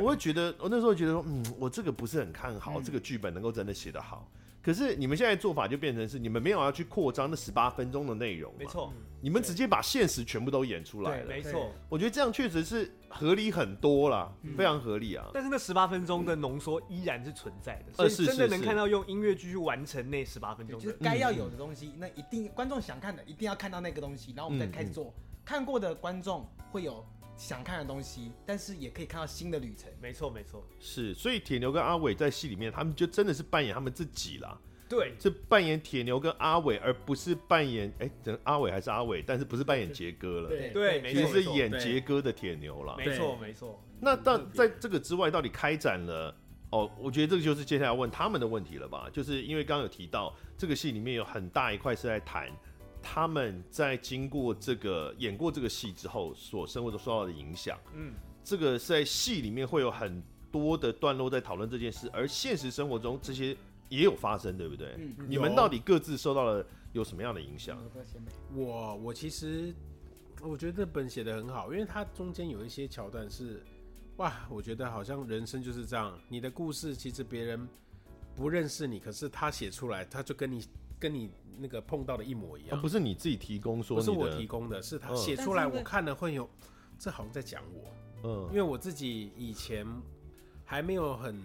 我会觉得，我那时候觉得说，嗯，我这个不是很看好、这个剧本能够真的写得好。可是你们现在做法就变成是，你们没有要去扩张那十八分钟的内容嘛，
没错，
你们直接把现实全部都演出来
对
了。
没错。
我觉得这样确实是合理很多啦，
嗯
非常合理啊。
但是那十八分钟的浓缩依然呃是存在的，所以
是
真的
是
能
是
看到用音乐剧去完成那十八分钟
就
的
是该要有的嗯东西，那一定观众想看的一定要看到那个东西，然后我们再开始做。看过的观众会有想看的东西，但是也可以看到新的旅程。
没错，没错，
是，所以铁牛跟阿伟在戏里面，他们就真的是扮演他们自己啦，
对，
是扮演铁牛跟阿伟，而不是扮演哎，整个阿伟还是阿伟，但是不是扮演杰哥了，
对
对没
其
错
实是
没错
演
对
杰哥的铁牛啦。
没错，没错。
那到
特别
在这个之外，到底开展了？哦，我觉得这个就是接下来要问他们的问题了吧？就是因为刚刚有提到，这个戏里面有很大一块是在谈他们在经过这个演过这个戏之后所生活中受到的影响。嗯，这个是在戏里面会有很多的段落在讨论这件事，而现实生活中这些也有发生，对不对？
嗯，
你们
有
到底各自受到了有什么样的影响？
我不要 *laughs* 先背
我我其实我觉得这本写的很好，因为它中间有一些桥段是，哇，我觉得好像人生就是这样，你的故事其实别人不认识你，可是他写出来，他就跟你跟你那个碰到的一模一
啊、
样。
不是你自己提供说
嗯不
你
是
的，
我提供的，是他
嗯
写出来，
但是因为
我看了会有，这好像在讲我。因
嗯，
为我自己以前还没有很，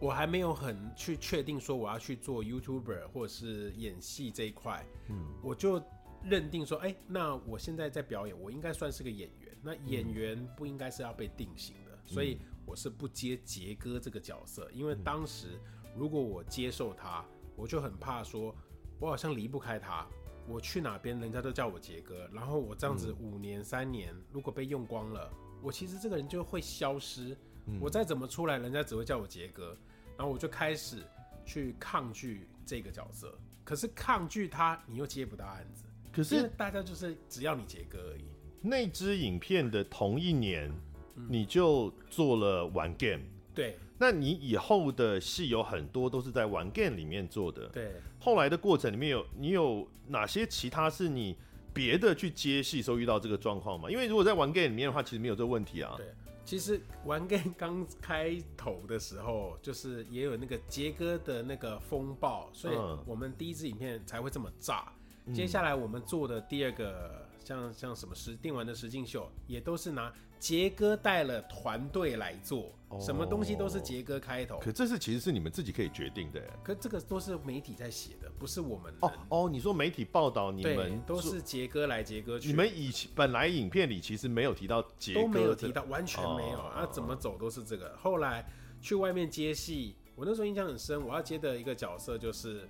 我还没有很去确定说我要去做 YouTuber 或者是演戏这一块，嗯，我就认定说，哎、那我现在在表演，我应该算是个演员。那演员不应该是要被定型的，所以我是不接杰哥这个角色，因为当时如果我接受他，我就很怕说，我好像离不开他。我去哪边，人家都叫我杰哥，然后我这样子五年三年，如果被用光了，我其实这个人就会消失。
嗯
我再怎么出来，人家只会叫我杰哥，然后我就开始去抗拒这个角色。可是抗拒他，你又接不到案子，
可
因为
是
大家就是只要你杰哥而已。
那支影片的同一年，
嗯
你就做了玩 game。
对
那你以后的戏有很多都是在玩 game 里面做的，
对，
后来的过程里面有你有哪些其他是你别的去接戏时候遇到这个状况吗？因为如果在玩 game 里面的话，其实没有这个问题啊。
对其实玩 game 刚开头的时候，就是也有那个杰哥的那个风暴，所以
嗯
我们第一支影片才会这么炸。接下来我们做的第二个，像像什么实电玩的实境秀，也都是拿杰哥带了团队来做，什么东西都是杰哥开头。
哦可这是其实是你们自己可以决定的欸
可这个都是媒体在写的，不是我们
哦
能
哦，你说媒体报道你
对
们，
都
做
是杰哥来杰哥去，
你们以前本来影片里其实没有提到杰哥
都
的，
没有提到，完全没有
哦
啊，怎么走都是这个。后来去外面接戏，我那时候印象很深，我要接的一个角色就是，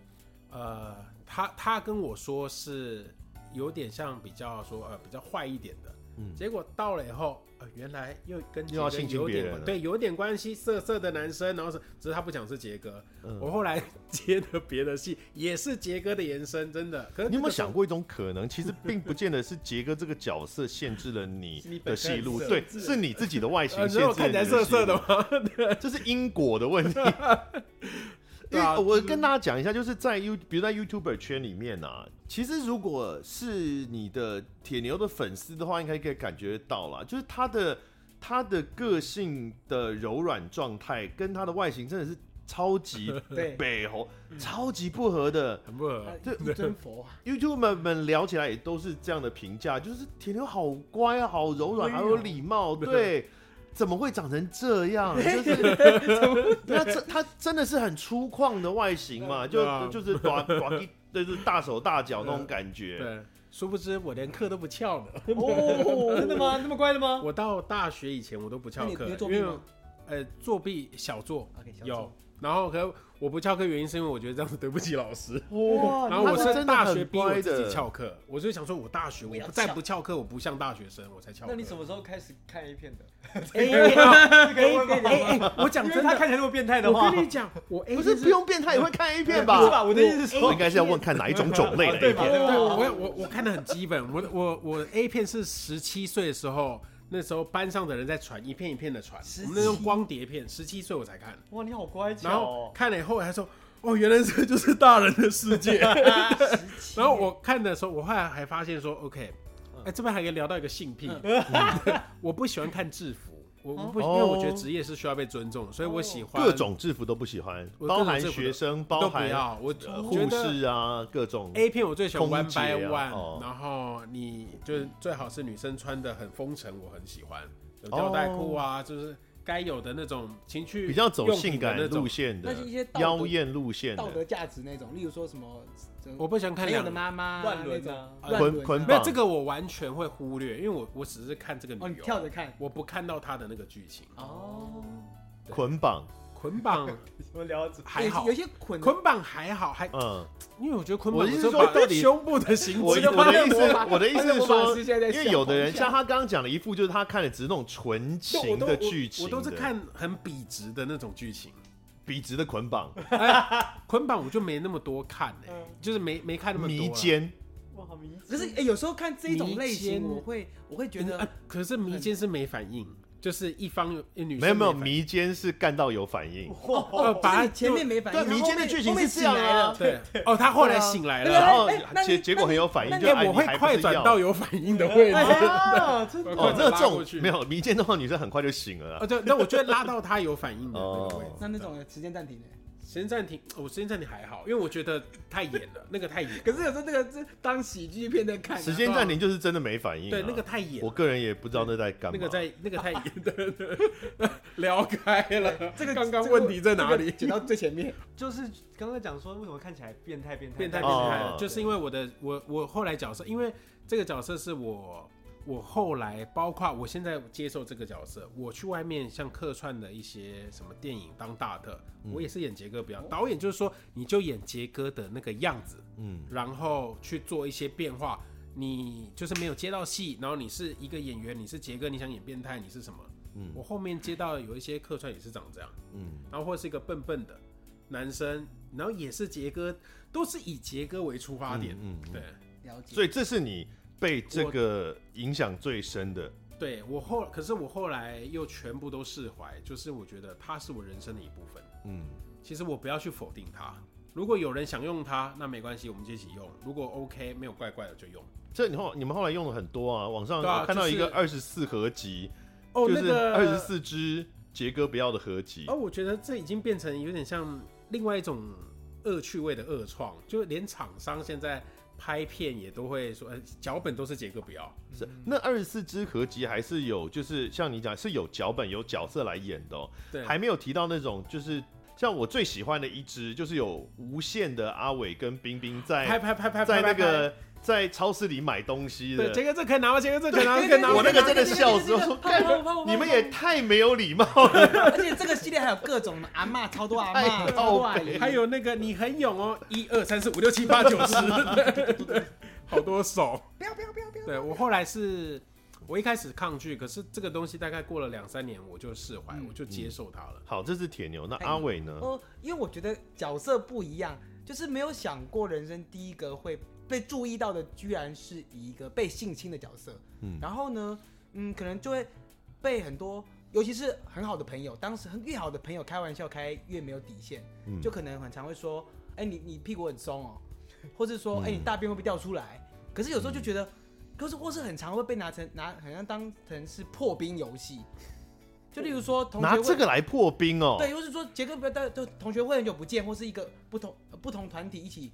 呃，他他跟我说是有点像比较说呃比较坏一点的，结果到了以后，呃，原来又跟杰
嗯又要
哥
性侵
有
别
点
人
关
了
对有点关系，色色的男生，然后是只是他不讲是杰哥，
嗯
我后来 *laughs* 接的别的戏也是杰哥的延伸，真的。 *laughs* 可是
你有没
那
有
个时候
想过一种可能，其实并不见得是杰哥这个角色限制了
*laughs*
你
你
的
本身
戏路，
色
对，是你自己的外形
呃，
限制
所以
了
我看
你
起来
的
色
戏
色
路
的吗？ *laughs*
这是因果的问题。因
对啊
为我跟大家讲一下，就是在 You，比如在 YouTuber 圈里面啊，其实如果是你的铁牛的粉丝的话，应该可以感觉到啦，就是他的他的个性的柔软状态跟他的外形真的是超
*laughs*
级
对
北红，超级不合的。
很不合。
这
一尊佛啊，
YouTuber 们聊起来也都是这样的评价，就是铁牛好乖啊，好柔软，
哎
好有礼
*laughs*
貌，对，怎么会长成这样？就是那这他真的是很粗犷的外形嘛，就
对啊
就是短短一，就是大手大脚那种感觉。
对，殊不知我连课都不翘呢。
*laughs*
*laughs*
哦，真的吗？那么乖的吗？
我到大学以前我都不
那
翘
你
课，
你有作
因
弊
为
吗？
呃作弊小做
OK，小作
有，然后可我不翘课原因是因为我觉得这样子对不起老师，
哇
然后我
他是
是
真的
大学
很
逼我
乖
自己
的。
翘课，我就想说我大学
我要
我再
翘
不翘课我不像大学生我才翘课。
那你什么时候开始看 A 片的？
*laughs* 哎哎
这 *laughs* 可以问吗
哎哎，哎我讲
因
真
为他
的，
看起来那么变态的话，
我跟你讲，我 A
不是
片
不用变态也会看 A 片
不是
吧？
吧？我的意思是
我
说
应，该是要问看哪一种种类的 A
哦对吧？
片。
对
哎对，
吧？
我我我看的很基本，我我我 A 片是十七岁的时候，那时候班上的人在传一片一片的传，我们那种光碟片，十七岁我才看。
哇，你好乖巧
然后
哦！
看了以后还说，哦，原来这就是大人的世
*laughs*
界。 *laughs* 然后我看的时候，我后来还发现说，OK，哎、
嗯
这边还可以聊到一个性癖， *laughs* 我不喜欢看制服，我
哦
我不、因为我觉得职业是需要被尊重的，所以我喜欢
各种制服都不喜欢，
我各
包
种
含
制服都
学生，包
都不
含
要，我
呃
觉
护
得哎
士啊，各种
A 片我最喜欢
空
One
姐
by
啊
One，、
哦
然后你就是最好是女生穿的很风尘，我很喜欢，有吊带裤啊，就是该有的那种情趣
哦比较走
用
性
品的
感
那种
路。线的
那是一些道德
妖艳路线
道
的
德价值那种，例如说什么，
我不喜欢看
朋友
两
的妈妈啊
乱
那
伦
种
啊
乱
捆
伦啊
捆
没
绑
有这个我完全会忽略，因为我我只是看这个
哦，你
女
跳
优，
着看
我不看到她的那个剧情。
哦，
捆绑，
捆绑
我们聊到这
还好
有，些捆
捆绑还好，还 *laughs*
嗯，
因为我觉得捆
我
绑
的意思
是
说
把
到底
胸部的形
我
制
我的意
魔
思
法，
我的意思
他
是
的魔法
说，
师现在在
因为有的人
笑
像他刚刚讲的一副，就是他看的只是那种纯
对我
情
都
的剧情
我，
的
都是看很笔直的那种剧情。
笔直的捆绑、
捆绑我就没那么多看哎、
嗯
就是没没看那么多啊啦。
迷奸，
哇，好迷。
哎可是、欸有时候看这种类
迷
型，
奸
我会我会觉
嗯
得
啊可是迷奸是没反应，就是一方有女生
没有没有，
反应
迷奸是干到有反应，
哦
呃把
把
他
哦前面没反应，
对迷奸的剧情是这样
来
啊
了，
对哦，他后来醒来
对啊
然
了，
后
哎那你
结结果很有反应，
那
就
哎，
哎
我会
你还
快转。
不是
到
要
有反应的位
*laughs*
置，
哎
啊，真的
哦，
快转
那
拉
这
过去
种没有迷奸的话，女生很快就醒了
哦
啦。
对，那我就会拉到他有反应的那个位置
*laughs* 哦。
那那种有时间暂停的。
时间暂停，哦我时间暂停还好，因为我觉得太演了，那个太演，
可是有时候这个这当喜剧片在看啊，
哦时间暂停就是真的没反应啊。
对，那个太演
我，个人也不知道那在干嘛。
那个在那个太演，对对对，聊开了。
哎这个
刚刚问题在哪里
这个剪到最前面，
就是刚刚讲说为什么看起来变态变
*laughs*
态
变态变
哦
态
哦
了，就是因为我的我我后来角色，因为这个角色是我我后来包括我现在接受这个角色，我去外面像客串的一些什么电影当大特，
嗯
我也是演杰哥表，导演就是说你就演杰哥的那个样子，
嗯，
然后去做一些变化。你就是没有接到戏，然后你是一个演员，你是杰哥，你想演变态，你是什么？
嗯
我后面接到有一些客串也是长这样，
嗯，
然后或是一个笨笨的男生，然后也是杰哥，都是以杰哥为出发点。
嗯，嗯嗯
对，
了解。
所以这是你被这个影响最深的。
对我后，可是我后来又全部都释怀，就是我觉得他是我人生的一部分。
嗯，
其实我不要去否定他，如果有人想用它，那没关系，我们就一起用。如果 OK，没有怪怪的就用。
这你后你们后来用了很多啊，网上
对啊
我看到一个
就是
二十四合集，
哦，
就
那
是
个
二十四只杰哥不要的合集
哦，。我觉得这已经变成有点像另外一种恶趣味的恶创，就连厂商现在拍片也都会说，呃，脚本都是杰哥不要。
是那二十四只合集还是有，就是像你讲是有脚本有角色来演的、哦，
对，
还没有提到那种就是。像我最喜欢的一只，就是有无限的阿伟跟冰冰
拍
在
拍拍拍
在
拍
那
拍拍
个在超市里买东西的
对，，杰哥这可以拿吗？杰哥这可以
对
拿吗，
对
可以拿吗。
我那个
可以
真
拿吗
的笑死，我说干你们也太没有礼貌了。
而且这个系列还有各种阿嬷，超多阿
哎
嬷，超多
靠
阿
北
姨，
还有那个你很勇哦，一二三四五六七八九
*laughs*
十，对好多手。
不要不要不要不要，
对我后来是，我一开始抗拒，可是这个东西大概过了两三年，我就释怀，
嗯
我就接受它了。
好，这是铁牛，那
哎
阿伟呢？
哦，因为我觉得角色不一样，就是没有想过人生第一个会被注意到的，居然是一个被性侵的角色。
嗯
然后呢，嗯，可能就会被很多，尤其是很好的朋友，当时很越好的朋友开玩笑开越没有底线，
嗯
就可能很常会说，哎、你你屁股很松哦，或是说，
嗯
哎、你大便会不会掉出来？可是有时候就觉得，可是或是很常会被拿成拿，好像当成是破冰游戏。就例如说，同学
拿
问
这个来破冰哦。
对，或是说杰哥不要带，就同学会很久不见，或是一个不同呃不同团体一起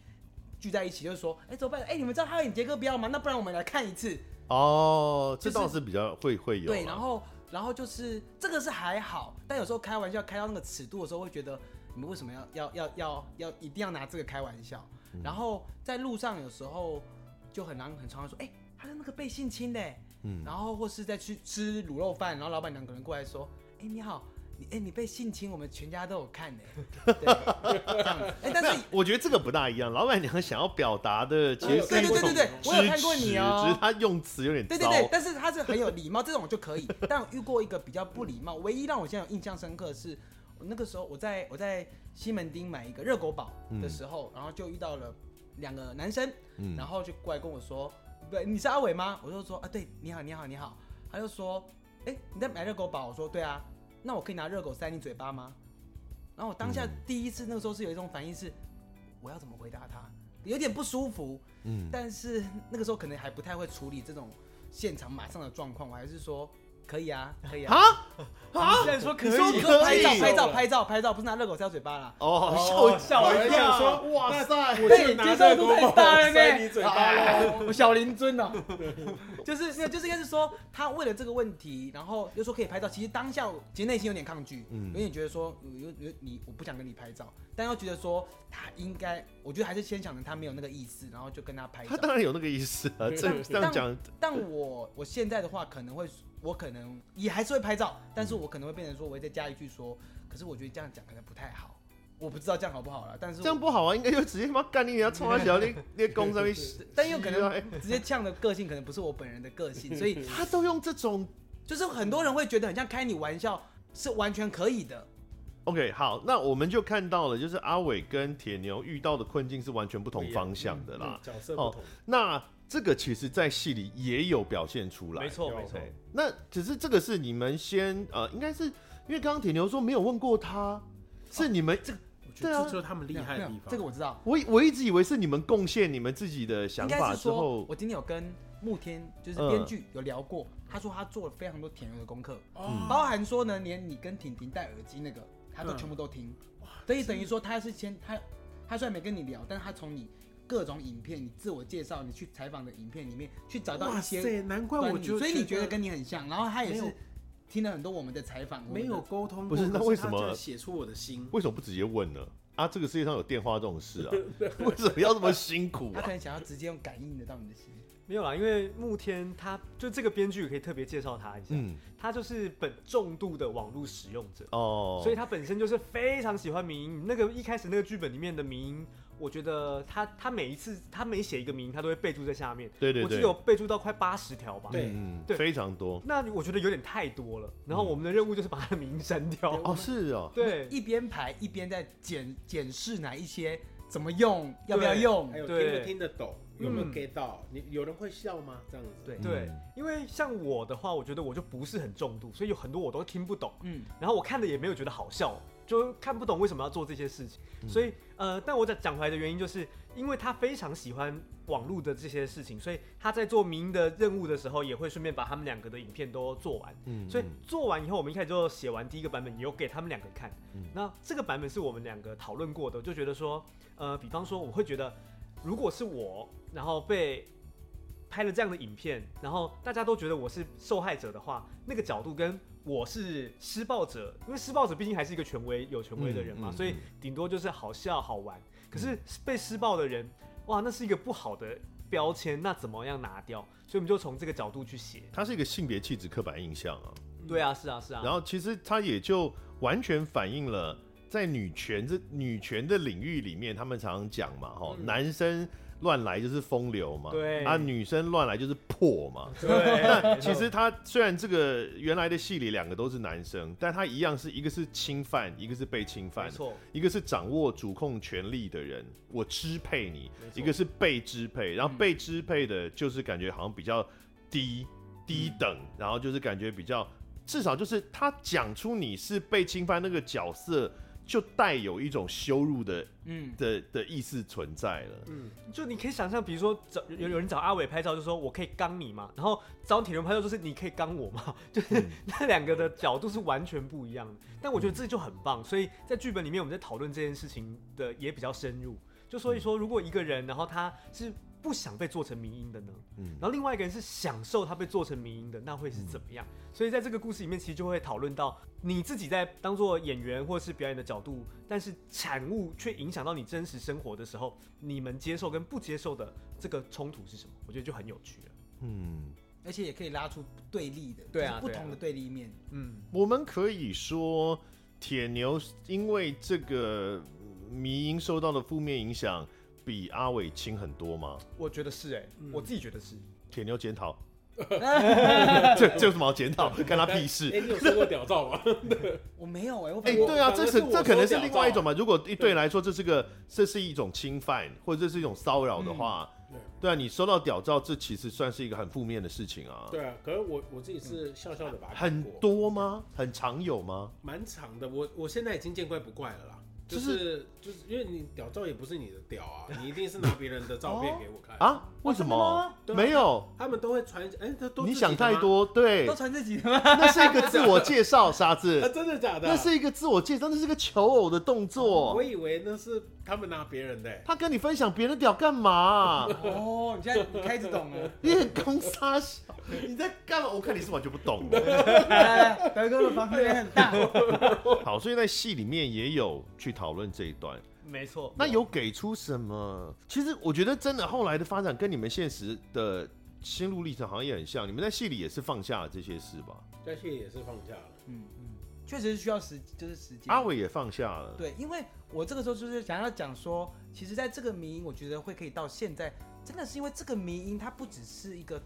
聚在一起，就是说，哎、怎么办？哎、你们知道他演杰哥不要吗？那不然我们来看一次。
哦，这
就是
倒是比较会会有啊。
对，然后然后就是这个是还好，但有时候开玩笑开到那个尺度的时候，会觉得你们为什么要要要要要一定要拿这个开玩笑？
嗯
然后在路上有时候就很难很常常说，哎、他是那个被性侵的、
嗯
然后或是在去吃卤肉饭，然后老板娘可能过来说：“哎、你好，你哎、你被性侵，我们全家都有看呢、对，这样子。哎、但
没有
是呃
我觉得这个不大一样，老板娘想要表达的其实是
对
一种
对对对对，我有看过
支持
你哦、
只是她用词有点糟。
对对对，但是他是很有礼貌，这种就
*laughs*
可以。但我遇过一个比较不礼貌，唯一让我现在有印象深刻的是，我那个时候我在我在西门町买一个热狗堡的时候，然后就遇到了两个男生，
嗯
然后就过来跟我说：“不，你是阿伟吗？”我就说：“啊，对，你好，你好，你好。”他就说：“哎、你在买热狗堡？”我说：“对啊。”那我可以拿热狗塞你嘴巴吗？然后我当下
嗯
第一次那个时候是有一种反应是，我要怎么回答他？有点不舒服，
嗯
但是那个时候可能还不太会处理这种现场马上的状况，我还是说可以啊，可以啊。
啊
啊！现在说可以，
你说
说拍照
可以
拍照拍照拍照，不是拿热狗塞嘴巴啦。
哦，
吓我一跳，
笑哇塞，
哦我
对
就拿
接受
这
度
个
太大了呢
塞你嘴巴了。
我小林尊哦， *laughs* 就是没有，就是应该是说他为了这个问题，然后又说可以拍照，其实当下我其实内心有点抗拒，
嗯
有点觉得说有有有你我不想跟你拍照，但又觉得说他应该，我觉得还是先想着他没有那个意思，然后就跟他拍
他
照。
当然有那个意思啊，这这样讲
但我我现在的话，可能会我可能也还是会拍照，但
嗯
是我可能会变成说，我会再加一句说，可是我觉得这样讲可能不太好，我不知道这样好不好了，但是
这
我
样不好啊，应该就直接他妈干你娘，冲他
*laughs*
小那那公上面，
但又可能
哎
直接呛的个性可能不是我本人的个性，所
*laughs*
*laughs*
以
他都用这种
就是很多人会觉得很像开你玩笑是完全可以的，
OK，好，那我们就看到了，就是阿伟跟铁牛遇到的困境是完全不同方向的
嗯
嗯
啦。哦
角色不同，
那这个其实，在戏里也有表现出来。
没错
有
没错，
对，那只是这个是你们先呃，应该是因为刚刚铁牛说没有问过
哦
他，是你们、这个，
我觉
对啊
得这就是他们厉害的地方。
这个我知道。
我我一直以为是你们贡献你们自己的
应
想
该
法
是
之
说，
后
我，今天有跟慕天，就是
嗯
编剧有聊过，他说他做了非常多田园的功课，
哦
嗯
包含说呢，连你跟婷婷戴耳机那个，他都全部都听。所以等于说他是先他他虽然没跟你聊，但他从你各种影片、你自我介绍、你去采访的影片里面去找到一
哇
些
塞，难怪
端
我
倪，
就
所以你觉得跟你很像。然后他也
没
是
有
听了很多我们的采访，我们
没
的
有沟通
不
过，
是那
可
为
他
什么
就写出我的心？
为什么不直接问呢？啊，这个世界上有电话这种
*laughs*
事啊，为什么要这么辛苦
他
啊 *laughs*
可？能想要直接用感应得到你的心。
没有啦，因为慕天他就这个编剧可以特别介绍他一下，
嗯，
他就是本重度的网络使用者，
哦，
所以他本身就是非常喜欢民音。那个一开始那个剧本里面的民音，我觉得他他每一次他每写一个民音，他都会备注在下面。
对对
我记
对
得有备注到快八十条吧。
对
嗯，
对
非常多
那我觉得有点太多了。然后我们的任务就是把他的名删掉。
哦，是哦，
对
一边排一边在检检视哪一些怎么用，要不要
对
用
还。有听
对
不听得懂，有没有
嗯
get 到？你有人会笑吗？这样子，
对
嗯
对，因为像我的话，我觉得我就不是很重度，所以有很多我都听不懂。
嗯，
然后我看的也没有觉得好笑，就看不懂为什么要做这些事情。所以呃，但我讲讲回来的原因，就是因为他非常喜欢网络的这些事情，所以他在做民营的任务的时候，也会顺便把他们两个的影片都做完。
嗯
所以做完以后，我们一开始就写完第一个版本，也有给他们两个看。
嗯
那这个版本是我们两个讨论过的，就觉得说，呃，比方说我会觉得，如果是我，然后被拍了这样的影片，然后大家都觉得我是受害者的话，那个角度跟我是施暴者，因为施暴者毕竟还是一个权威、有权威的人嘛，
嗯嗯
所以
嗯
顶多就是好笑好玩。可是被施暴的人，哇，那是一个不好的标签，那怎么样拿掉？所以我们就从这个角度去写。
它是一个性别气质刻板印象啊。
对啊，是啊，是啊。
然后其实它也就完全反映了在女权这女权的领域里面，他们常常讲嘛，哈、
嗯
男生乱来就是风流嘛，
对
啊，女生乱来就是破嘛。
对，
其实他虽然这个原来的戏里两个都是男生，但他一样是一个是侵犯，一个是被侵
没
犯，
错，
一个是掌握主控权力的人，我支配你；
没错
一个是被支配，然后被支配的就是感觉好像比较低低等，然后就是感觉比较至少就是他讲出你是被侵犯那个角色，就带有一种羞辱的
嗯，
的的意思存在了。
嗯，
就你可以想象，比如说找有有人找阿伟拍照，就说我可以刚你嘛，然后找铁牛拍照就是你可以刚我嘛， *laughs* 就是那两个的角度是完全不一样的。但我觉得这就很棒，所以在剧本里面我们在讨论这件事情的也比较深入。就所以说，如果一个人然后他是不想被做成迷音的呢，
嗯
然后另外一个人是享受他被做成迷音的，那会是怎么样？所以在这个故事里面，其实就会讨论到你自己在当做演员或是表演的角度，但是产物却影响到你真实生活的时候，你们接受跟不接受的这个冲突是什么？我觉得就很有趣了。
嗯，
而且也可以拉出对立的，
对
就
啊
是不
对啊
同的对立面。
嗯，
我们可以说，铁牛因为这个迷音受到的负面影响，比阿伟轻很多吗？
我觉得是哎、
嗯
我自己觉得是。
铁牛检讨， *laughs* 这这有什么好检讨？干他屁事！
哎，你有收过屌照吗？ *laughs*
我没有哎、我
哎、
反正
对啊，
反而
这
是
是
我
这
收
可能是
屌
另外一种吧。如果一对
对
来说，这是个这是一种侵犯，或者这是一种骚扰的话，
对
对啊，你收到屌照，这其实算是一个很负面的事情啊。
对啊，可是我我自己是笑笑的把它看
很
过，
多吗？很常有吗？
蛮长的。我我现在已经见怪不怪了啦，
就
就是是就是因为你屌照也不是你的屌啊，你一定是拿别人的照片给我看。
啊？为什么？
对啊
没有，
他们都会传，哎，他都
你
自己的
想太
吗
多。对
都，传自己
*laughs*
的吗？
那是一个自我介绍，傻子
啊，。 *laughs* 真的假的？
那是一个自我介绍，那是一个求偶的动
啊我
作。
以为那是他们拿别人的欸，
他跟你分享别人的屌干
*laughs*
嘛？
哦，你现在你开始
*laughs*
懂了。
你很公杀
*laughs*
小，你在干嘛？我看你是完全不懂的。
来来来，哎德哥的房间很大。
啊好，所以在戏里面也有去讨论这一段。
没错，
啊
那有给出什么？其实我觉得真的后来的发展跟你们现实的心路历程好像也很像。你们在戏里也是放下了这些事吧？
但现在也是放假了。
嗯嗯，确实是需要时，就是时间。
阿伟也放下了。
对，因为我这个时候就是想要讲说，其实在这个迷音，我觉得会可以到现在，真的是因为这个迷音，它不只是一个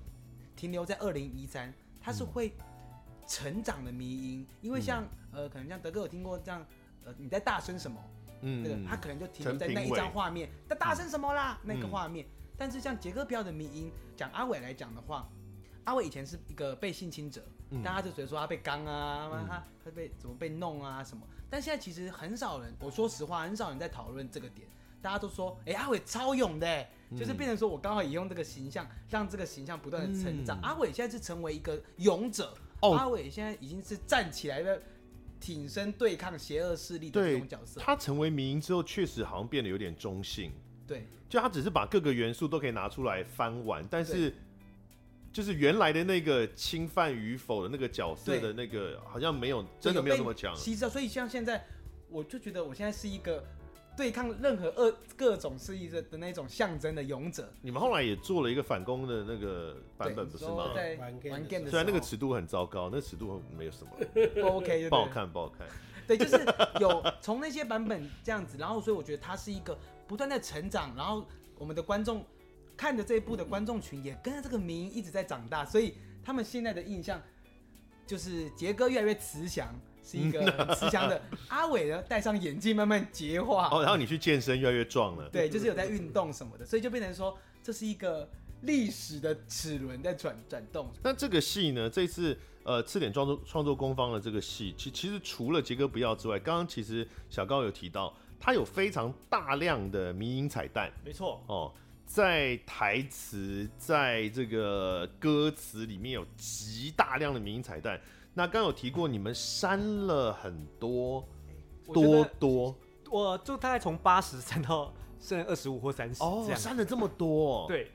停留在二零一
嗯
三，
嗯
它是会成长的迷音。因为像、呃，可能像德哥有听过这样呃你在大声什么，对
嗯
的，他可能就停留在
陈
那
评
一
委
张画面，他大声什么啦、那个
嗯
画面。但是像杰哥标的迷音，讲阿伟来讲的话，阿伟以前是一个被性侵者，
嗯
大家就觉得说他被刚啊，
嗯
他他被怎么被弄啊什么。但现在其实很少人，我说实话，很少人在讨论这个点。大家都说，哎、阿伟超勇的、
嗯
就是变成说我刚好也用这个形象，让这个形象不断的成长。
嗯
阿伟现在是成为一个勇者，
哦
阿伟现在已经是站起来的，挺身对抗邪恶势力的
对
这种角色。
他成为民营之后，确实好像变得有点中性，
对，
就他只是把各个元素都可以拿出来翻玩，但是就是原来的那个侵犯与否的那个角色
对
的那个，好像没有真的没有那么强。
吸收。所以像现在，我就觉得我现在是一个对抗任何恶各种势力的的那种象征的勇者。
你们后来也做了一个反攻的那个版本，不是吗
说？在
玩
玩
game 的
game 的
虽然那个
时
尺度很糟糕，那尺度没有什么，
候不 OK 就
不好
对了
看，不好看。
对，就是有从那些版本这样子，然后所以我觉得它是一个不断在成长，然后我们的观众看着这一部的观众群也跟着这个名一直在长大，所以他们现在的印象就是杰哥越来越慈祥，是一个很慈
*laughs*
祥的阿伟呢，戴上眼镜慢慢结化，
哦，然后你去健身，越来越壮 *laughs* 了。
对，就是有在运动什么的，所以就变成说这是一个历史的齿轮在转转动，
那这个戏呢，这次呃赤点创作创作工方的这个戏，其其实除了杰哥不要之外，刚刚其实小高有提到，他有非常大量的迷因彩蛋
没错，
哦，在台词在这个歌词里面有极大量的迷因彩蛋。那刚刚有提过，你们删了很多
我觉
多
得
多
我就大概从八十删到剩二十五或三十
哦
这，样。
删了这么多，，
对，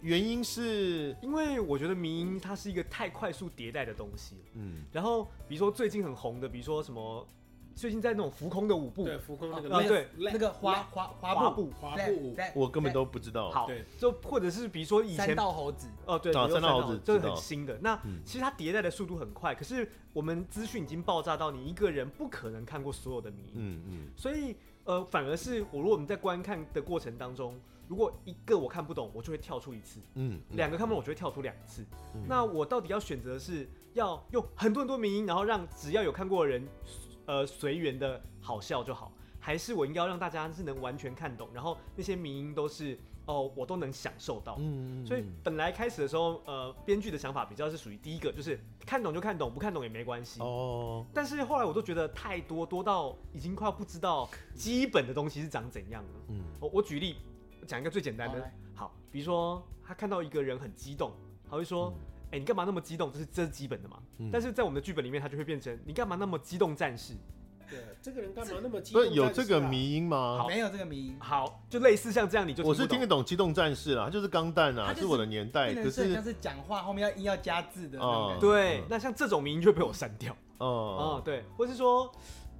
原因是
因为我觉得迷音它是一个太快速迭代的东西了。
嗯
然后比如说最近很红的，比如说什么，最近在那种浮空的舞步，
对，浮空那个
啊
lap-
对
lap-
那个滑滑
滑
滑步
步
滑
在
步舞
在
我根本都不知道，
好
对，
就或者是比如说以
三
前
道猴子。
哦，对，
啊
没有
三道猴
三
子
这
知
是
道
很新的。那
嗯
其实它迭代的速度很快，可是我们资讯已经爆炸到你一个人不可能看过所有的迷音，
嗯嗯，
所以呃，反而是我如果我们在观看的过程当中，如果一个我看不懂，我就会跳出一次；
嗯，嗯
两个看不懂，我就会跳出两次。
嗯
那我到底要选择的是要用很多很多迷音，然后让只要有看过的人，呃，随缘的好笑就好，还是我应该要让大家是能完全看懂，然后那些迷音都是哦，我都能享受到。
嗯，嗯
所以
嗯
本来开始的时候，呃，编剧的想法比较是属于第一个，就是看懂就看懂，不看懂也没关系。
哦，
但是后来我都觉得太多，多到已经快要不知道基本的东西是长怎样了。
嗯。
我我举例讲一个最简单
好
的
来，
好，比如说他看到一个人很激动，他会说：“哎、你干嘛那么激动？”这是这是基本的嘛。
嗯
但是在我们的剧本里面，他就会变成“你干嘛那么激动，战士
对，这个人干嘛那么激
不
动
是
战士啊？
有这个迷音吗？
没有这个迷”。，
好，就类似像这样，你就
我是
不懂
听得懂《机动战士》啦，它就是钢弹啊，
它就
是
是
我的年代。
变
可
成是很
是
像，是讲话后面要硬要加字的那种感觉。
对。
嗯
那像这种名就会被我删掉啊、
哦，
对，或是说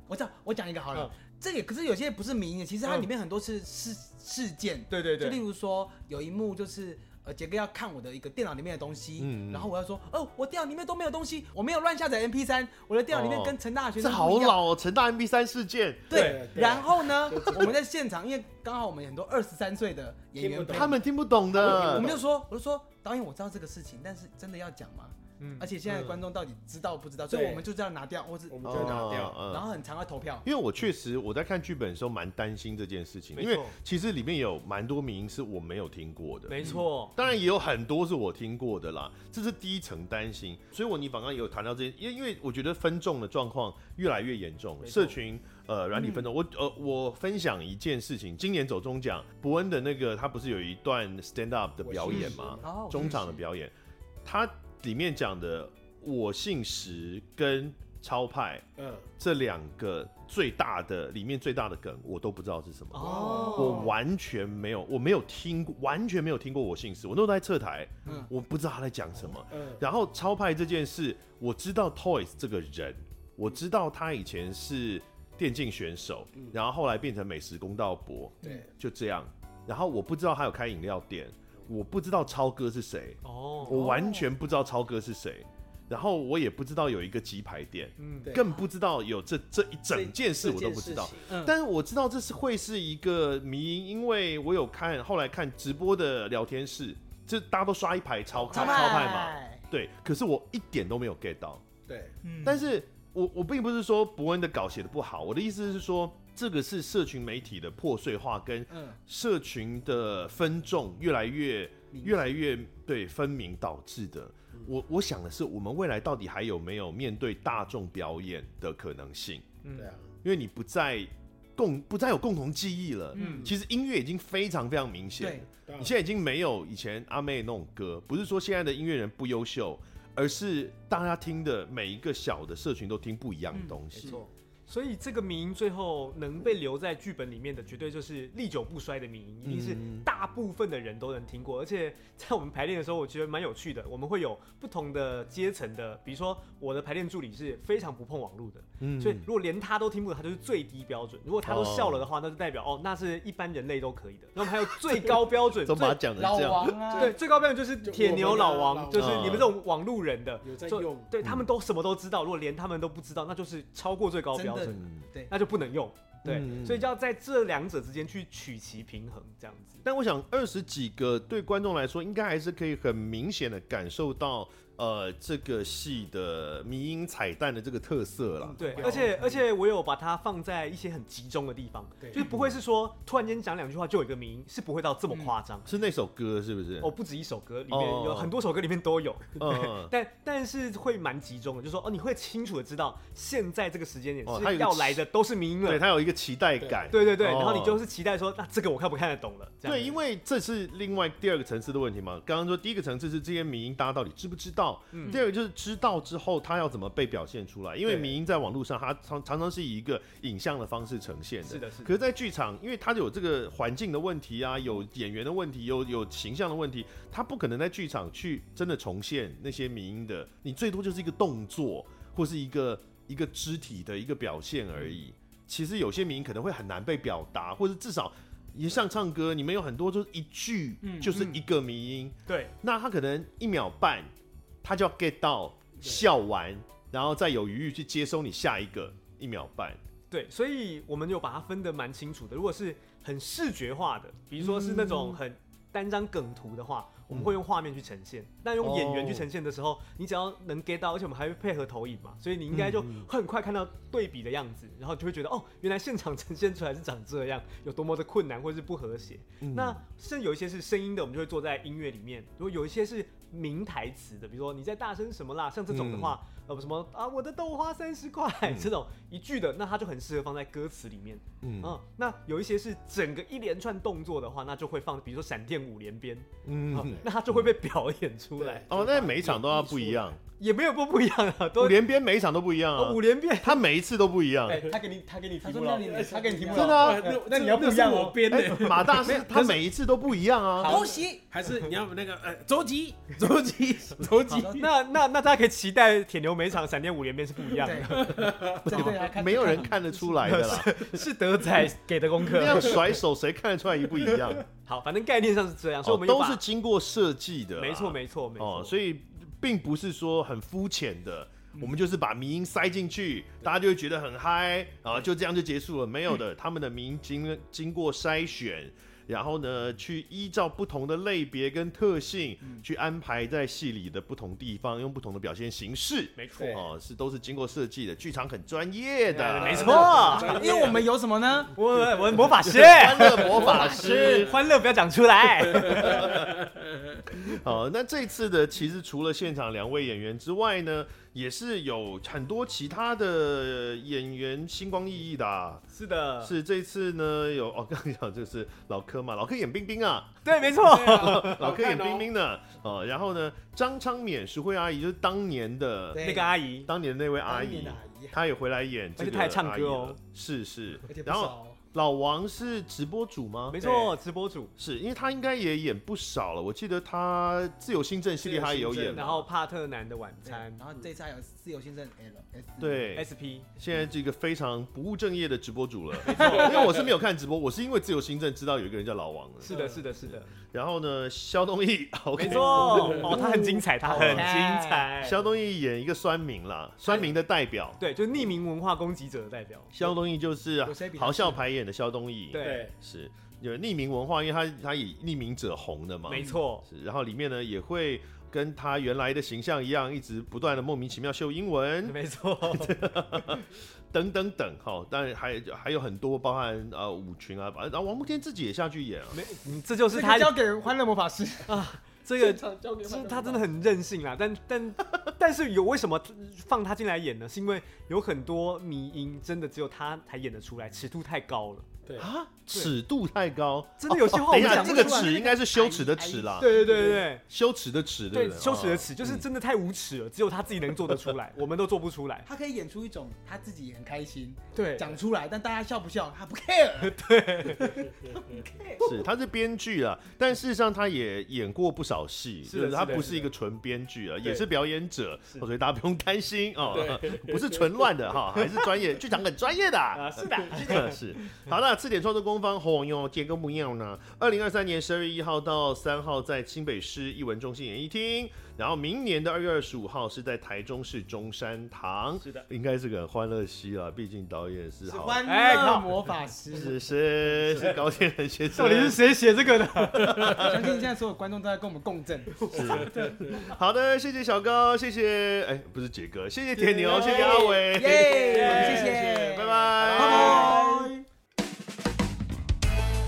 我讲我讲一个好了
嗯，
这也可是有些不是迷的，其实它
嗯
里面很多是事事件，
对对
就例
对，
如说有一幕就是。呃，杰哥要看我的一个电脑里面的东西，
嗯嗯
然后我要说，哦，我电脑里面都没有东西，我没有乱下载 MP 3我的电脑里面
哦
跟陈大学
这
生
好
不一样。
老哦，成大 MP 三事件，
对，
对
然后呢， *laughs* 我们在现场，因为刚好我们很多二十三岁的演员
听不
朋
懂
友，
他们听不懂
我
的
们。就说，我就说导演，我知道这个事情，但是真的要讲吗？
嗯
而且现在的观众到底知道不知道？所以
对
我们就这样拿掉，或是
我们
哦
就拿掉。
嗯
然后很常要投票。
因为我确实我在看剧本的时候蛮担心这件事情，
没
因
错
为其实里面有蛮多名是我没有听过的，
没错，
当然也有很多是我听过的啦，这是第一层担心。所以我你刚刚也有谈到这些，因为因为我觉得分众的状况越来越严重，
没错
社群呃软体分众。我呃我分享一件事情，今年走中奖，伯恩的那个他不是有一段 stand up 的表演吗？
哦，
中场的表演，他里面讲的我姓石跟超派
嗯，
这两个最大的里面最大的梗，我都不知道是什么。
哦，
我完全没有，我没有听过，完全没有听过我姓氏，我那时候在侧台，
嗯
我不知道他在讲什么。
嗯
然后超派这件事，我知道 Toys 这个人，我知道他以前是电竞选手，然后后来变成美食公道伯，
对，
就这样。然后我不知道他有开饮料店，我不知道超哥是谁，
哦，
我完全不知道超哥是谁，然后我也不知道有一个鸡排店，
嗯，
对
更不知道有这这一整件事我都不知道。。
嗯
但是我知道这是会是一个迷因，因为我有看后来看直播的聊天室，这大家都刷一排超
超
超派嘛，
派
对。可是我一点都没有 get 到，
对，
嗯
但是我我并不是说伯恩的稿写的不好，我的意思是说，这个是社群媒体的破碎化跟
嗯，
社群的分众越来越越来越对分明导致的。
嗯
我我想的是，我们未来到底还有没有面对大众表演的可能性？
对啊，
因为你不再共不再有共同记忆了。
嗯
其实音乐已经非常非常明显了
对，
当
你
然
现在已经没有以前阿妹那种歌，不是说现在的音乐人不优秀，而是大家听的每一个小的社群都听不一样的东西。
嗯错，
所以这个迷因最后能被留在剧本里面的，绝对就是历久不衰的迷因，一定是
嗯
大部分的人都能听过。而且在我们排练的时候，我觉得蛮有趣的，我们会有不同的阶层的，比如说我的排练助理是非常不碰网络的，
嗯
所以如果连他都听不懂，他就是最低标准。如果他都
哦
笑了的话，那就代表哦，那是一般人类都可以的。那我们还有最高标准，
怎么把它
最
讲成
老
*laughs* 这样？
王啊，
对，最高标准就是
就
铁
我
牛
们啊
老
老王
王，就是你们这种网路人的，
有在
就
用，
对他们都什么都知道。如果连他们都不知道，那就是超过最高标
真
准
的。
嗯
那就不能用。对，
嗯
所以就要在这两者之间去取其平衡，这样子。
但我想二十几个对观众来说，应该还是可以很明显的感受到，呃，这个戏的迷因彩蛋的这个特色啦。
对，
有
而且而且我有把它放在一些很集中的地方，
对
就是不会是说突然间讲两句话就有一个名，是不会到这么夸张。
是那首歌是不是？
哦，不止一首歌，里
嗯哦
面有很多首歌里面都有，
嗯，
但但是会蛮集中的，就是说哦，你会清楚的知道现在这个时间点
哦它有
是要来的都是名
*laughs* 对，
了，
它有一个期待感。
对对对，然后
哦
你就是期待说，那这个我看不看得懂了？这样
对，因为这是另外第二个层次的问题嘛。刚刚说第一个层次是这些迷音大家到底知不知道，
嗯
第二个就是知道之后他要怎么被表现出来。因为
对
迷音在网络上，它常常常是以一个影像的方式呈现的。
是的，是的
可，是，在剧场，因为它有这个环境的问题啊，有演员的问题，有有形象的问题，他不可能在剧场去真的重现那些迷音的。你最多就是一个动作或是一个一个肢体的一个表现而已。
嗯
其实有些迷音可能会很难被表达，或者至少你像唱歌，你们有很多就是一句
嗯
就是一个迷音，
对，
那他可能一秒半他就要 get 到笑完，然后再有余裕去接收你下一个一秒半。
对，所以我们有把它分得蛮清楚的。如果是很视觉化的，比如说是那种很单张梗图的话，我们会用画面去呈现。但用演员去呈现的时候，你只要能 get 到，而且我们还会配合投影嘛，所以你应该就很快看到对比的样子，然后就会觉得哦，原来现场 *laughs* 呈现出来是长这样，有多么的困难或是不和谐。
嗯
那甚至有一些是声音的，我们就会做在音乐里面；如果有一些是名台词的，比如说你在大声什么啦，像这种的话，
嗯
呃，什么啊，我的豆花三十块、这种一句的，那它就很适合放在歌词里面。
嗯
嗯那有一些是整个一连串动作的话，那就会放，比如说闪电五连鞭，
嗯
啊那它就会被表演出来，
哦，那每一场都要不一样，
也没有不不一样啊，
五
都
连鞭每一场都不一样
哦
啊
五，连鞭，
他每一次都不一样。
哎，他给你，他给你题
他说
目了
那，
哎
你他给你题目
真的
了，
啊
哇哎那
那你要
这
不一样
那
哦
是我编
哎
的，，
马大师他每一次都不一样啊。
偷袭，
还是你要那个呃，周吉，周吉，周吉， *laughs*
那那那大家可以期待铁牛每场闪电五连鞭是不
*laughs*
一样的，
对，这对
啊
他看
没有人看得出来的啦，
*laughs* 是德仔给的功
那样
课。
甩手谁看得出来一不一样？
好，反正概念上是这样， *laughs* 所以我
哦，
们有
都
把
是经过设计的啦，啊
没错没错没错，嗯
哦，所以并不是说很肤浅的，我们就是把迷音塞进去，大家就会觉得很嗨，啊，就这样就结束了。没有
嗯
的，他们的迷音经经过筛选，然后呢，去依照不同的类别跟特性
嗯
去安排在戏里的不同地方，用不同的表现形式。
没错
对，
哦，是都是经过设计的，剧场很专业的，
没错。
*laughs*
啊
因为我们有什么呢？
我我我魔法师，哎
*laughs* 欢乐魔法
*laughs*
师，
欢乐不要讲出
*laughs*
来。
好，那这次的其实除了现场两位演员之外呢，也是有很多其他的演员星光熠熠的、啊。
是的，
是这次呢有哦，刚刚讲就是老柯嘛，老柯演冰冰啊，
*laughs* 对，没错，
啊
老柯演冰
冰，
冰的哦。然后呢，张昌勉淑慧阿姨就是当年的
对
那个啊阿姨，
当年的那
啊
位阿姨，
姨，
她也回来演这
而且
个
她还唱
阿
歌
姨
哦
了，是是
而且。不
然后
少哦，
老王是直播主吗？
没错，直播主，
是因为他应该也演不少了，我记得他自由新政系列他也有
自由
演
新政
嘛，
然后帕特南的晚
对
餐
然后这次还有自由先生 L S，，
对，
，SP，
现在这个非常不务正业的直播主
*laughs*
了，因为我是没有看直播，我是因为自由新政知道有一个人叫老王了。
是的，是的，是的，
然后呢，肖东义 *laughs*
没
，OK，啊
错，哦，他很精彩，他很精彩，
肖东义演一个酸民啦，酸民的代表，
对，就匿名文化攻击者的代表，
肖东义就是
有谁比他
咆哮牌演的肖东义，
对
对，
是。有匿名文化，因为他他以匿名者红的嘛，
没错，
是然后里面呢也会跟他原来的形象一样，一直不断的莫名其妙秀英文，*laughs*
没错，
等等等，哈，当然还还有很多，包含呃舞群啊，反正然后王木天自己也下去演啊，
没， *laughs* 你这就是
这
他
个交给欢乐魔法师，
这个
现场交给欢乐魔法
是
师
他真的很任性啊， *laughs* 但但但是有为什么放他进来演呢？是因为有很多迷音，真的只有他才演得出来，尺度太高了。
对，
啊，尺度太高，哦
真的有些
等
话我
一
们
下，
讲
这
不
个
出来
尺应该是羞耻的耻啦，
对对对对
羞耻的耻，
对，
对不
对
对？
羞耻的
哦
耻，就是真的太无耻了，只有他自己能做得出来，我们都做不
*laughs*
出
*laughs*
来。
他可以演出一种他自己也很开心
对，
讲出来，但大家笑不笑他不 care，
是，他是编剧啊，但事实上他也演过不少戏，
是的
就是他
是的
不
是
是一个纯编剧啊，
对
也是表演者，
是
所以大家不用担心哦， *laughs* 不是纯乱的
*laughs*
哈，还是专业，剧场很专业的啊。
啊，是
*laughs*
的，
是，好那次点创作工坊红哟，结构不一样呢。二零二三年十二月一号到三号在清北市艺文中心演艺厅，然后明年的二月二十五号是在台中市中山堂，
是的，
应该是个很欢乐戏啦，毕竟导演是
是
好。
欢
哎
乐
靠
魔法师。
是是是高天仁先生，
到底是谁写这个的？
我相信现在所有观众都在跟我们共振。
好的，谢谢小高，谢谢，哎，不是杰哥，谢谢铁牛， *laughs* 谢谢阿伟，
耶，我
耶
们谢谢，
拜拜，
拜拜。